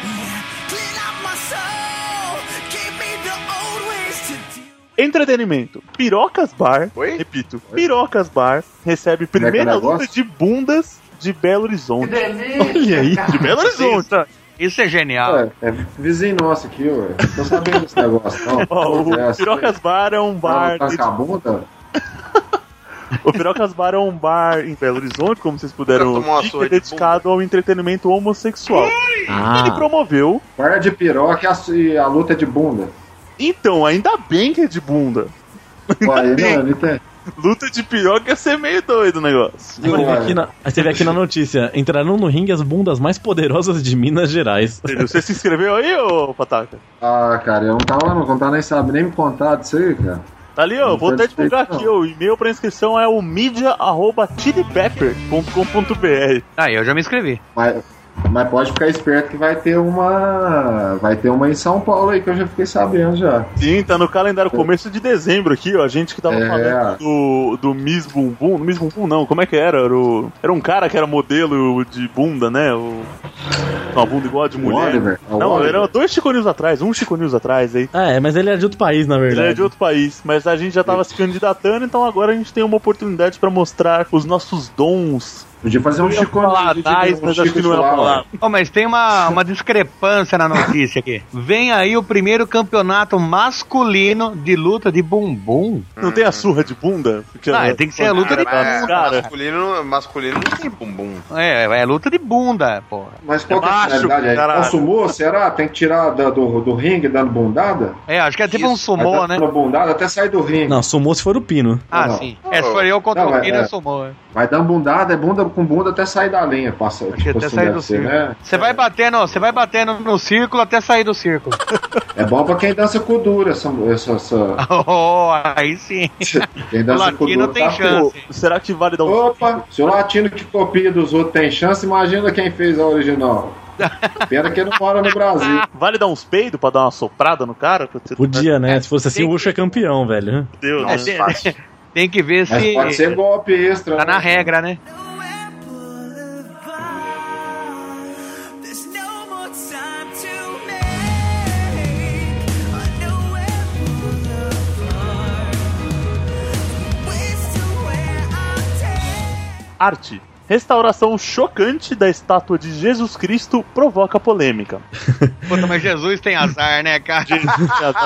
S6: Yeah, clean out my soul, gave me the old ways to deal.
S4: Entretenimento. Pirocas Bar,
S3: Oi?
S4: repito, Pirocas Bar recebe primeira
S1: é negócio?
S4: luta de bundas de Belo Horizonte. Que delícia, Olha aí, de Belo Horizonte.
S2: Isso é
S5: Ah.
S2: genial.
S1: Ué, É, vizinho nosso aqui, ué. Não Tô sabendo desse negócio, não.
S4: Ó, o
S1: É, assim,
S4: Pirocas Bar é um bar.
S1: tá com a bunda?
S4: o Pirocas Bar é um bar em Belo Horizonte, como vocês puderam
S3: Pra tomar um
S4: ouvir, que
S3: açoite
S4: é dedicado ao entretenimento homossexual. Ele
S5: Ah,
S4: promoveu.
S1: Guarda de piroca e a, e a luta é de bunda.
S4: Então, ainda bem que é de bunda.
S1: Pô, aí
S5: [laughs]
S1: não, não tem.
S4: Luta de piroca ia ser meio doido o negócio.
S5: Olha, teve tá aqui na, aí teve aqui na notícia, entraram no ringue as bundas mais poderosas de Minas Gerais.
S4: Você se inscreveu aí, ô Pataca?
S1: Ah, cara, eu não tava, não, não tava nem sabendo, nem me contar disso aí, cara.
S4: Tá ali, ó.
S1: Não
S4: Vou
S1: pode
S4: até divulgar
S1: ser,
S4: aqui, ó. O e-mail pra inscrição é o media.chilipepper.com.br.
S2: Aí, Tá, eu já me inscrevi.
S1: Mas, Mas pode ficar esperto que vai ter uma. Vai ter uma em São Paulo aí que eu já fiquei sabendo já.
S4: Sim, tá no calendário começo de dezembro aqui, ó. A gente que tava
S1: É.
S4: falando do, do Miss Bumbum. Miss Bumbum não, como é que era? Era, o- era um cara que era modelo de bunda, né? O, uma bunda igual a de mulher.
S1: Oliver, é o
S4: não,
S1: Oliver.
S4: eram dois chiconinhos atrás, um chiconinhos atrás aí.
S5: Ah, é, mas ele é de outro país, na verdade.
S4: Ele é de outro país, mas a gente já tava se candidatando, então agora a gente tem uma oportunidade pra mostrar os nossos dons.
S1: Podia fazer
S4: Eu
S1: um
S4: ia
S1: Chico
S4: falar
S1: um
S4: atrás,
S1: Chico- um
S4: mas acho que
S1: Chico
S4: não é era a
S1: Suave.
S4: palavra.
S2: Ó, mas tem uma, uma discrepância na notícia aqui. Vem aí o primeiro campeonato masculino de luta de bumbum.
S4: Não tem a surra de bunda? Porque
S2: Ah,
S4: ela-
S2: tem que ser a luta de
S4: Cara,
S3: Mas
S4: cara.
S3: masculino, masculino não tem bumbum.
S2: É, é luta de bunda, porra.
S1: Mas qual que é a
S4: baixo,
S1: finalidade aí?
S4: caralho.
S1: É um sumô? Será? Tem que tirar da- do, do ringue dando bundada?
S2: É, acho que é tipo
S3: Isso,
S2: um sumô,
S1: Vai
S2: né?
S1: dando bundada até sair do ringue.
S5: Não, sumou se for o Pino.
S2: Ah,
S1: não.
S2: sim. É, se for eu contra
S1: Não,
S2: o
S1: mas-
S2: Pino,
S1: é.
S2: é sumô. é.
S1: Vai dando bundada, é bunda com bunda até sair da linha. Passa,
S2: Acho que até
S1: assim
S2: sair
S1: deve
S2: do
S1: ser,
S2: círculo.
S1: né?
S2: Você vai batendo, você vai batendo no círculo até sair do círculo. [laughs]
S1: É bom pra quem dança com dura. Essa, essa, essa-
S2: oh, aí sim.
S1: quem
S2: O
S1: dança com
S2: latino
S1: dura
S2: tem
S1: tá
S2: chance.
S4: Pô, será que vale dar um
S1: Opa, se o latino que copia dos outros tem chance, imagina quem fez a original. Pena que ele não mora no Brasil.
S4: Vale dar uns peidos pra dar uma soprada no cara? tá
S5: Podia, né? Se fosse assim,
S2: tem
S5: o Ucho é campeão, velho.
S4: Deus. né?
S3: Nossa,
S2: É,
S3: fácil.
S2: Tem que ver
S1: Mas
S2: se
S1: pode ser golpe extra.
S2: tá
S1: né?
S2: na regra, né?
S6: There's no more time to make underwear boulevard. Ways to where I'll take.
S4: Arte. Restauração chocante da estátua de Jesus Cristo provoca polêmica.
S2: Puta, mas Jesus tem azar, né, cara?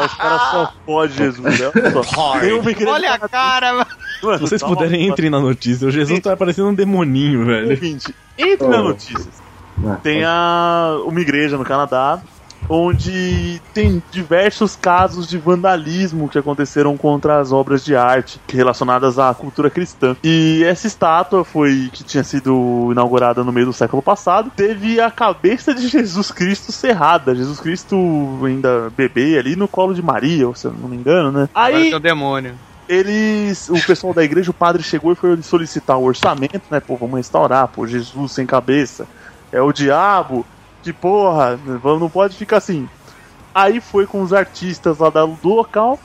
S4: Os caras só fodem Jesus. né? Olha só. Tem uma igreja-
S2: Olha a cara, mano.
S4: Mano,
S5: Se vocês
S4: dá uma-
S5: puderem, entrem na notícia. O Jesus tá parecendo um demoninho, velho.
S4: Ouvinte, entre na
S1: Oh.
S4: notícias.
S1: Ah,
S4: Tem a, uma igreja no Canadá onde tem diversos casos de vandalismo que aconteceram contra as obras de arte relacionadas à cultura cristã. E essa estátua foi que tinha sido inaugurada no meio do século passado, teve a cabeça de [laughs] Jesus Cristo serrada, Jesus Cristo ainda bebê ali no colo de Maria, se eu não me engano, né? Aí
S2: Parece um demônio.
S4: eles. O pessoal da igreja, o padre chegou e foi solicitar o orçamento, né? Pô, vamos restaurar, pô, Jesus sem cabeça. É o diabo. Que porra, vamos- não pode ficar assim. Aí foi com os artistas lá da- do local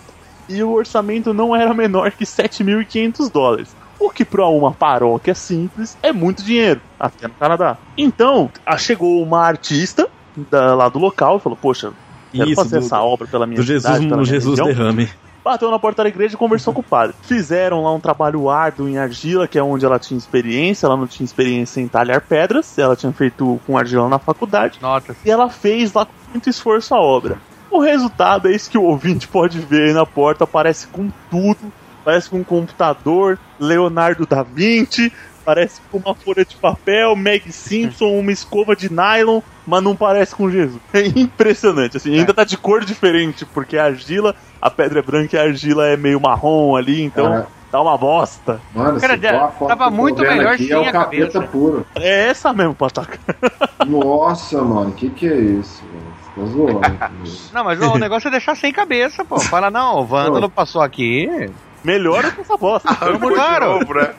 S4: e o orçamento não era menor que 7.500 dólares. O que para uma paróquia simples é muito dinheiro, até no Canadá. Então, a- chegou uma artista da- lá do local e falou: Poxa, quero
S5: Isso,
S4: fazer
S5: do-
S4: essa obra pela minha
S5: Do Jesus,
S4: cidade, pela
S5: no
S4: minha
S5: Jesus
S4: região." [laughs]
S5: derrame.
S4: Bateu na porta da igreja e conversou com o padre. Fizeram lá um trabalho árduo em argila, que é onde ela tinha experiência. Ela não tinha experiência em talhar pedras, ela tinha feito com argila na faculdade.
S2: Notas.
S4: E ela fez lá com muito esforço a obra. O resultado é isso que o ouvinte pode ver aí na porta: parece com tudo, parece com um computador, Leonardo da Vinci, parece com uma folha de papel, Meg Simpson, uma escova de nylon, mas não parece com Jesus. É impressionante, assim, ainda tá de cor diferente, porque a argila, a pedra é branca e a argila é meio marrom ali, então
S1: Cara,
S4: dá uma bosta.
S1: É, mano,
S2: Cara,
S1: se for a foto
S2: tava
S1: que eu tô
S2: muito
S1: vendo
S2: melhor
S1: aqui, é
S2: sem a
S1: o capeta
S2: cabeça.
S1: puro.
S4: É essa mesmo, Pataca.
S1: Nossa, mano, que que é isso? mano? Você tá zoando.
S2: [laughs]
S1: comigo.
S2: Não, mas o negócio é deixar sem cabeça, pô. Fala, não, o vândalo passou aqui.
S4: Melhor do que
S1: [laughs]
S4: essa bosta. pelo amor Ah, de
S2: Claro.
S3: Novo, né?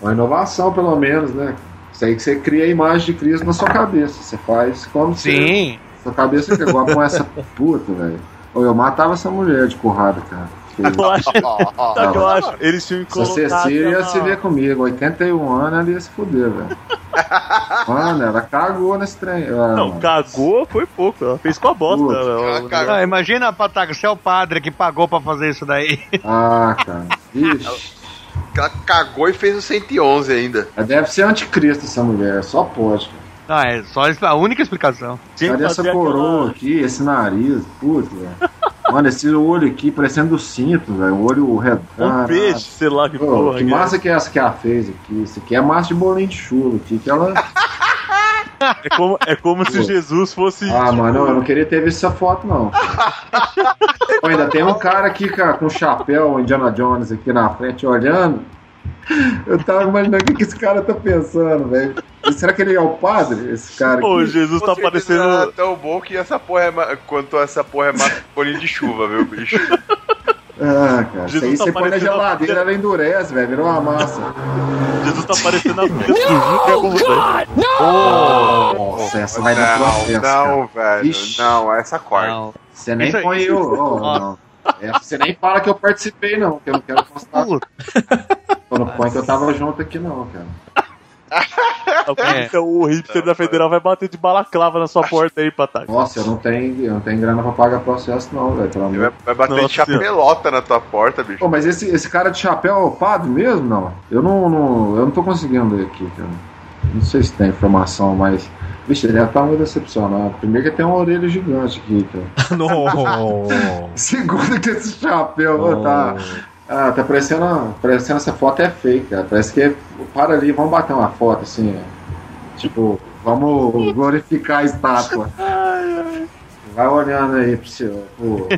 S1: Uma inovação, pelo menos, né? Isso aí que você cria a imagem de Cristo na sua cabeça. Você faz como você.
S2: Sim.
S1: Sua cabeça que igual com essa [laughs] puta, velho. Ou eu matava essa mulher de porrada, cara. Que
S2: [laughs]
S1: isso.
S4: Eu acho,
S3: Ó, ó,
S4: sabe o que eu acho? Eles tinham que
S1: Se você
S4: colocar assim,
S1: Cecília ia
S4: aquela-
S1: se ver comigo, 81 anos ela ia se fuder, velho. Mano, ela cagou nesse trem. Ah,
S4: Não,
S1: mano.
S4: cagou foi pouco. Ela fez com a bosta.
S1: Puta,
S4: ela-
S3: ela cagou.
S2: Ah, imagina, Pataca, você é o padre que pagou pra fazer isso daí. [laughs]
S1: Ah, cara. Ixi.
S3: Ela cagou e fez o 111 ainda.
S1: Ela Deve ser anticristo essa mulher, só pode. cara.
S2: Não, é só isso, a única explicação.
S4: Tinha que
S1: Cadê essa
S4: fazer aquela-
S1: coroa aqui, esse nariz? Puta, velho. Mano, esse olho aqui parecendo do cinto, velho. O olho
S4: Um
S1: redondo.
S4: peixe, sei lá que
S1: Pô,
S4: porra.
S1: que
S4: que
S1: massa que é essa que ela fez aqui? Isso aqui é massa de bolinho de chulo aqui, que ela.
S4: É É como, é como se
S1: Pô.
S4: Jesus fosse.
S1: Ah, mano, eu não queria ter visto essa foto, não. Pô, ainda tem um cara aqui cara, com chapéu, o Indiana Jones, aqui na frente, olhando. Eu tava imaginando o que, que esse cara tá pensando, velho. Será que ele é o padre, esse cara aqui?
S4: Pô, Jesus
S3: Com
S4: tá
S3: certeza
S4: parecendo.
S3: era é tão bom que essa porra é ma... quanto essa porra é mais bolinho de chuva, viu, bicho?
S1: Ah, cara, isso aí
S4: Jesus tá
S1: você põe na
S4: parecendo uma-
S1: geladeira, ela endurece, velho, virou uma massa.
S4: Jesus tá aparecendo as músicas.
S1: Nossa, essa vai dar processo, cara.
S3: não, velho.
S1: Ixi.
S3: Não, essa corta.
S2: Não.
S1: Você nem
S2: Isso aí-
S1: põe o... oh,
S2: Ó.
S1: não. Essa você nem fala que eu participei, não, que eu não quero postar.
S2: Puta,
S1: Eu não põe que eu tava junto aqui, não, cara.
S2: É.
S4: Então o hipster da Federal vai bater de balaclava na sua porta aí, Pataca.
S1: Nossa, eu não tenho, eu não tenho grana pra pagar processo, não, velho, pelo
S3: Ele
S1: amor
S3: Vai, vai bater
S4: Nossa
S3: de chapelota na tua porta, bicho.
S1: Pô, mas esse, esse cara de chapéu é o padre mesmo? Não. Eu não, não- eu não tô conseguindo ler aqui, cara. Não sei se tem informação, mas. Vixe, ele já tá muito decepcionado. Primeiro que tem uma orelha gigante aqui, cara.
S5: Não.
S1: Segundo que esse chapéu ó, tá. Ah, tá parecendo, parecendo essa foto é fake, cara. Parece que é- para ali, vamos bater uma foto assim. ó. Tipo, vamos glorificar a estátua. Vai olhando aí pro seu. Pô.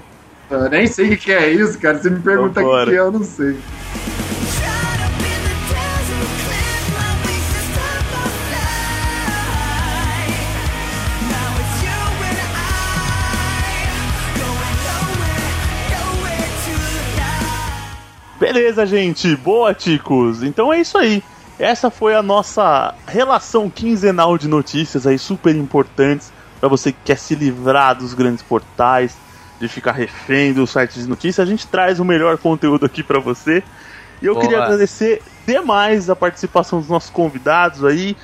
S1: Eu nem sei o que que é isso, cara. Você me pergunta o que
S4: Vambora.
S1: que é, eu não sei.
S6: Shut up in the desert, clear my weakness to my flight. Now it's you and I, going nowhere, nowhere to the night.
S4: Beleza, gente. Boa, Ticos. Então é isso aí. Essa foi a nossa relação quinzenal de notícias aí super importantes para você que quer se livrar dos grandes portais, de ficar refém dos sites de notícias. A gente traz o melhor conteúdo aqui para você. E eu
S2: Boa.
S4: queria agradecer demais a participação dos nossos convidados aí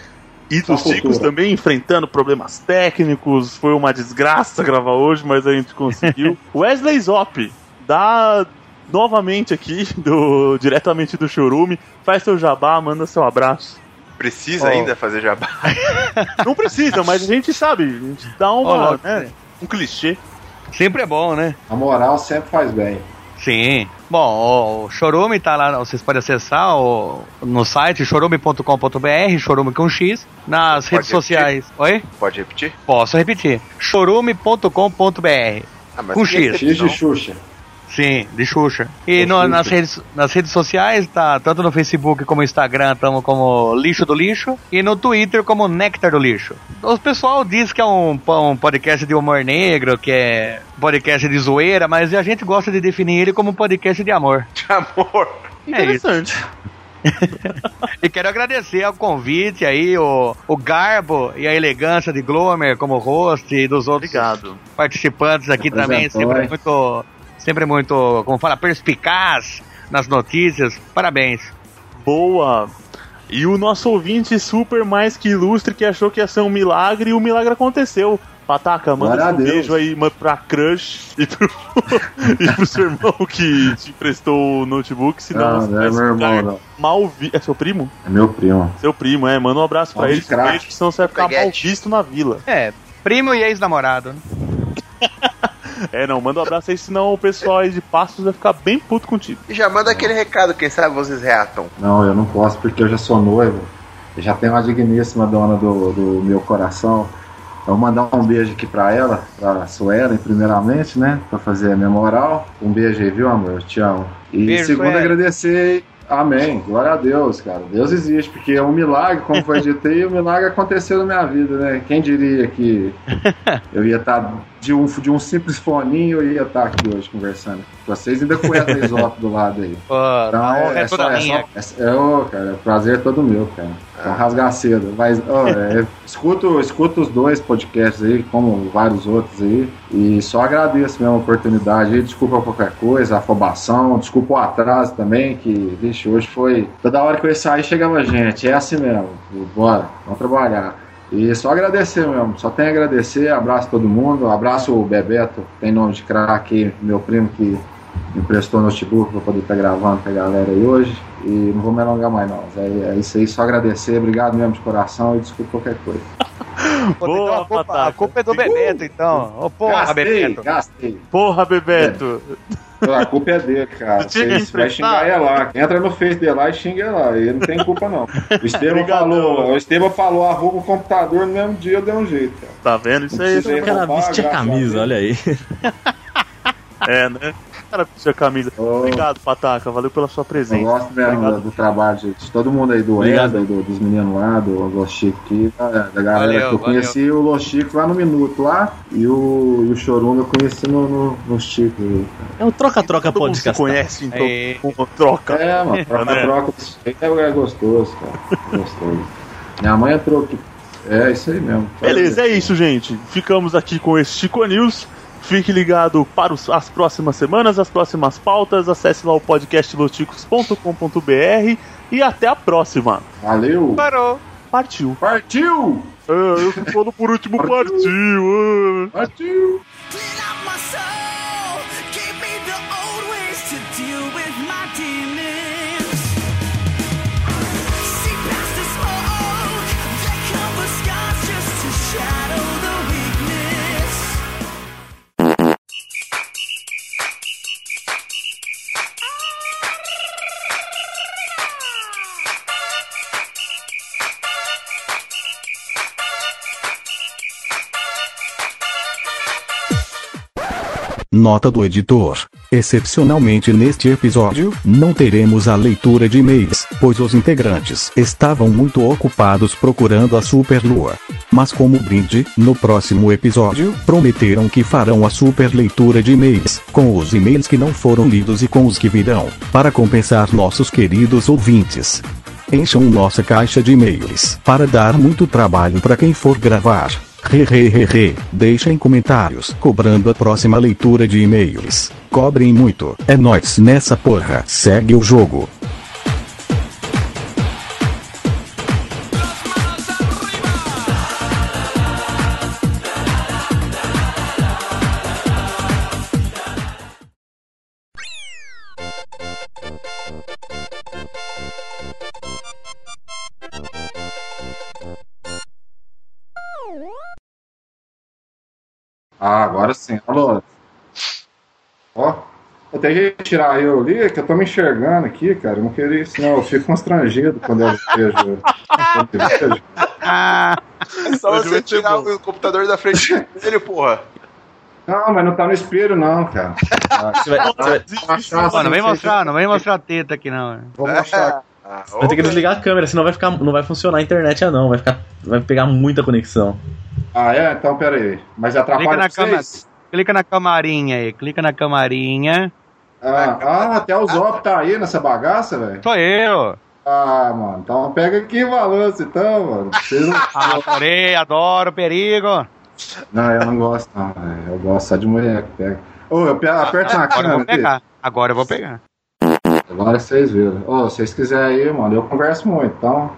S4: e
S1: Só
S4: dos Ticos
S1: cultura.
S4: também enfrentando problemas técnicos. Foi uma desgraça gravar hoje, mas a gente conseguiu. Wesley Zop, da novamente aqui, [laughs] do, diretamente do Chorume. Faz seu jabá, manda seu abraço.
S3: Precisa ainda fazer jabá.
S4: Não precisa, mas a gente sabe, a gente dá uma,
S2: Ó,
S4: né, um clichê.
S2: sempre é bom, né?
S1: A moral sempre faz bem.
S2: Sim. Bom, o Chorume tá lá, vocês podem acessar o- no site chorume.com.br, chorume com X, nas redes
S3: Pode repetir?
S2: sociais. Oi?
S3: Pode repetir?
S2: Posso repetir. chorume.com.br.
S3: Ah, mas
S2: Com
S3: que
S2: X.
S1: X
S3: decepção.
S1: de Xuxa.
S2: Sim, de Xuxa. E
S1: De
S2: no-
S1: Xuxa.
S2: nas, redes, nas redes sociais, tá tanto no Facebook como no Instagram, estamos como Lixo do Lixo, e no Twitter como Néctar do Lixo. O pessoal diz que é um, po- um podcast de humor negro, que é podcast de zoeira, mas a gente gosta de definir ele como um podcast de amor.
S3: De [laughs] amor.
S2: É isso.
S4: Interessante.
S2: [laughs] E quero agradecer ao convite aí, o, o garbo e a elegância de Glomer como host e dos outros
S4: Obrigado.
S2: participantes aqui também,
S1: Apresentou,
S2: sempre
S1: hein?
S2: muito, sempre muito, como fala, perspicaz nas notícias. Parabéns.
S4: Boa. E o nosso ouvinte super mais que ilustre que achou que ia ser um milagre e o milagre aconteceu. Pataca,
S1: Glória
S4: manda
S1: a
S4: um
S1: Deus.
S4: beijo aí ma- pra Crush e pro, [laughs] e pro seu irmão que te emprestou o notebook, senão
S1: Não,
S4: você
S1: não
S4: vai
S1: é meu
S4: ficar
S1: irmão, não.
S4: mal vi... É seu primo?
S1: É meu primo.
S4: Seu primo, é. Manda um abraço pra
S1: Homem
S4: ele,
S1: de crack.
S4: beijo, senão você vai ficar mal
S3: Peguete.
S4: visto na vila.
S2: É, primo e ex-namorado. né?
S4: É, não, manda um abraço aí, senão o pessoal aí de Passos vai ficar bem puto contigo.
S3: E já manda aquele recado, quem sabe vocês reatam.
S1: Não, eu não posso porque eu já sou noivo. Eu já tenho uma digníssima dona do, do meu coração. Eu vou mandar um beijo aqui pra ela, pra Suelen, primeiramente, né? Pra fazer a minha moral. Um beijo aí, viu, amor? Eu te amo. E
S2: Beijo,
S1: segundo,
S2: Suelen.
S1: agradecer. Amém. Glória a Deus, cara. Deus existe, porque é um milagre, como foi dito aí, [laughs] o milagre aconteceu na minha vida, né? Quem diria
S2: [laughs]
S1: que eu ia estar de, um, de um simples foninho, eu ia estar aqui hoje conversando. Vocês ainda com essa exótico do lado aí.
S2: Pô, a honra é,
S1: só-
S2: toda minha. Ah.
S1: só- é só- é, ô, cara, o prazer é todo meu, cara. Então rasgar cedo. Mas,
S2: [laughs]
S1: ó, é, escuto, escuto os dois podcasts aí, como vários outros aí. E só agradeço mesmo a oportunidade aí. Desculpa qualquer coisa, a afobação. Desculpa o atraso também, que, vixe, hoje foi. Toda hora que eu ia sair chegava gente. É assim mesmo. Bora, vamos trabalhar. E só agradecer mesmo, só tenho a agradecer, abraço todo mundo, abraço o Bebeto, tem nome de craque, aí, meu primo que me emprestou notebook pra poder estar gravando com a galera aí hoje. E não vou me alongar mais, não. É, é isso aí, só agradecer. Obrigado mesmo de coração e desculpa qualquer coisa.
S2: Pô,
S4: Boa,
S2: então a, culpa, a
S4: Pataca.
S2: culpa é do Bebeto, então. Ô, porra,
S1: gastei,
S2: Bebeto.
S1: gastei.
S4: Porra, Bebeto.
S1: A culpa é dele, cara.
S4: Tinha que
S1: Você vai
S4: enfrentar.
S1: xingar ela lá. Entra no Face dele lá e xinga ela. lá. Ele não tem culpa, não. O Estevam
S4: [laughs] Obrigadão.
S1: falou, o Estevam falou, arruga o computador no mesmo dia, deu um jeito, cara.
S4: Tá vendo? Isso
S1: Não
S4: aí
S1: precisa
S5: O cara
S1: roubar,
S5: viste a
S1: graças a
S5: camisa,
S1: Deus.
S5: olha aí.
S4: é, né? cara com sua camisa.
S1: Ô.
S4: Obrigado, Pataca. Valeu pela sua
S1: Eu
S4: presença.
S1: gosto mesmo do,
S4: Obrigado.
S1: do trabalho de, de todo mundo aí, do
S5: Obrigado.
S1: Wesley, do- dos meninos lá, do Lochico aqui, da, da galera
S2: Valeu,
S1: que eu
S2: valeu.
S1: conheci o Lochico lá no Minuto lá, e o, e o Chorume eu conheci no, no, no Chico.
S5: É um troca-troca
S4: Todo mundo se
S5: podcast. né?
S4: conhece, então.
S2: É.
S4: com troca.
S1: É, mano,
S4: [laughs] André.
S1: troca-troca, isso aí é lugar gostoso, cara, gostoso. Minha mãe entrou aqui, é isso aí mesmo.
S4: Beleza, é isso, gente. Ficamos aqui com esse Chico News. Fique ligado para os- as próximas semanas, as próximas pautas. Acesse lá o podcastloticos.com.br e até a próxima.
S1: Valeu,
S2: Parou.
S4: Partiu.
S1: partiu,
S4: É, eu tô falando por último, partiu. é.
S1: partiu.
S6: Clean up my soul. Give me the old ways to deal with my demons. See past the smoke that covers scars just to shadow the weakness.
S7: Nota do editor. Excepcionalmente neste episódio, não teremos a leitura de e-mails, pois os integrantes estavam muito ocupados procurando a Superlua. Mas como brinde, no próximo episódio, prometeram que farão a super leitura de e-mails, com os e-mails que não foram lidos e com os que virão, para compensar nossos queridos ouvintes. Encham nossa caixa de e-mails para dar muito trabalho para quem for gravar. Re, re, re, re. Deixem comentários cobrando a próxima leitura de e-mails. Cobrem muito. É nóis nessa porra. Segue o jogo.
S1: Ah, agora sim. Alô. Ó. Eu tenho que tirar eu ali, é que eu tô me enxergando aqui, cara. Eu não queria isso, não. Eu fico constrangido quando eu vejo. quando eu vejo.
S2: Ah,
S3: É só
S4: Hoje
S3: você
S4: vai ser
S3: tirar
S4: bom.
S3: o computador
S1: [laughs]
S3: da frente dele, porra.
S1: Não, mas não tá no espelho, não, cara. Ah,
S5: Você vai, você vai-
S1: vou achar,
S2: Ó, não
S1: assim,
S2: vem
S1: sei
S2: mostrar, não vem mostrar a teta aqui não.
S1: se- Vou mostrar.
S3: Ah,
S5: vai ter que desligar a câmera, senão vai ficar, não vai funcionar a internet, ah, não. Vai ficar, vai pegar muita conexão.
S1: Ah, é? Então, pera aí. Mas atrapalha
S2: na
S1: vocês?
S2: Clica na camarinha aí, clica na camarinha.
S1: Ah, ah, até o Zop tá aí nessa bagaça, velho.
S2: Sou eu.
S1: Ah, mano. Então pega aqui o balanço, então, mano. Vocês não...
S2: Ah, adorei, adoro, perigo.
S1: não, eu não gosto, não, velho. Eu gosto só de mulher que pega. Ô, eu pe- aperto na
S2: Agora eu
S1: câmera
S2: vou
S1: aqui.
S2: pegar. Agora eu vou pegar.
S1: Agora vocês viram. Ô, se vocês quiserem aí, mano, eu converso muito, então.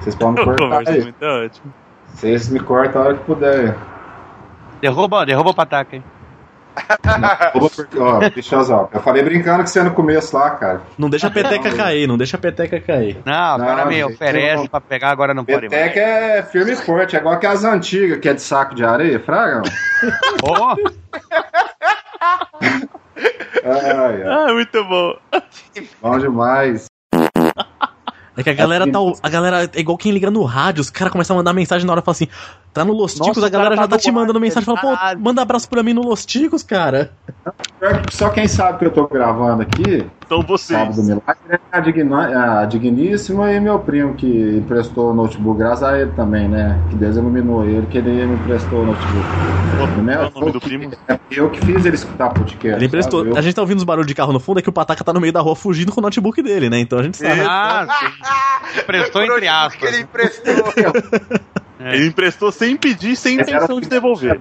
S1: Vocês podem me
S4: [laughs] Eu
S1: cortar
S4: converso
S1: aí.
S4: muito, é ótimo.
S1: Vocês me cortam a hora que puder.
S2: Derruba, derruba o pataca aí.
S1: Eu vou cortar- Ó, bichosão. Eu falei brincando que você é no começo lá, cara.
S5: Não deixa
S4: [laughs]
S5: a peteca cair, não deixa a peteca cair.
S2: Não, agora
S1: Não,
S2: me
S1: gente,
S2: oferece
S1: não.
S2: pra pegar, agora não pode mais.
S1: Peteca é firme e forte, é igual aquelas antigas que é de saco de areia, fraga. mano. [laughs]
S2: Ó,
S1: Ai, ai.
S4: Ah, muito bom.
S1: Bom demais.
S5: É que a
S4: Assim,
S5: galera tá. o- A galera é igual quem liga no rádio, os caras começam a mandar mensagem na hora e falam assim: tá no Los Ticos,
S4: Nossa,
S5: a galera
S4: o cara
S5: já
S4: tá
S5: tá
S4: no
S5: te
S4: ar,
S5: mandando mensagem fala, pô,
S4: caralho.
S5: manda abraço pra mim no Los Ticos, cara.
S1: Pior que Só quem sabe que eu tô gravando aqui,
S4: Então vocês.
S1: sábado milagre, é a, digna, a digníssima e meu primo que emprestou o notebook, graças a ele também, né? Que Deus iluminou ele, que ele me emprestou o notebook.
S4: Qual é
S1: Não
S4: o nome do primo?
S1: É eu que fiz ele escutar podcast.
S5: Ele emprestou.
S1: sabe? Eu-
S5: A gente tá ouvindo os barulhos de carro no fundo, é que o Pataca tá no meio da rua fugindo com o notebook dele, né? Então a gente sabe.
S2: ah, sim. Prestou
S3: Por
S2: entre
S3: onde que
S2: aspas.
S3: ele emprestou.
S4: Ele emprestou sem pedir, sem
S1: Esse era
S4: intenção de devolver.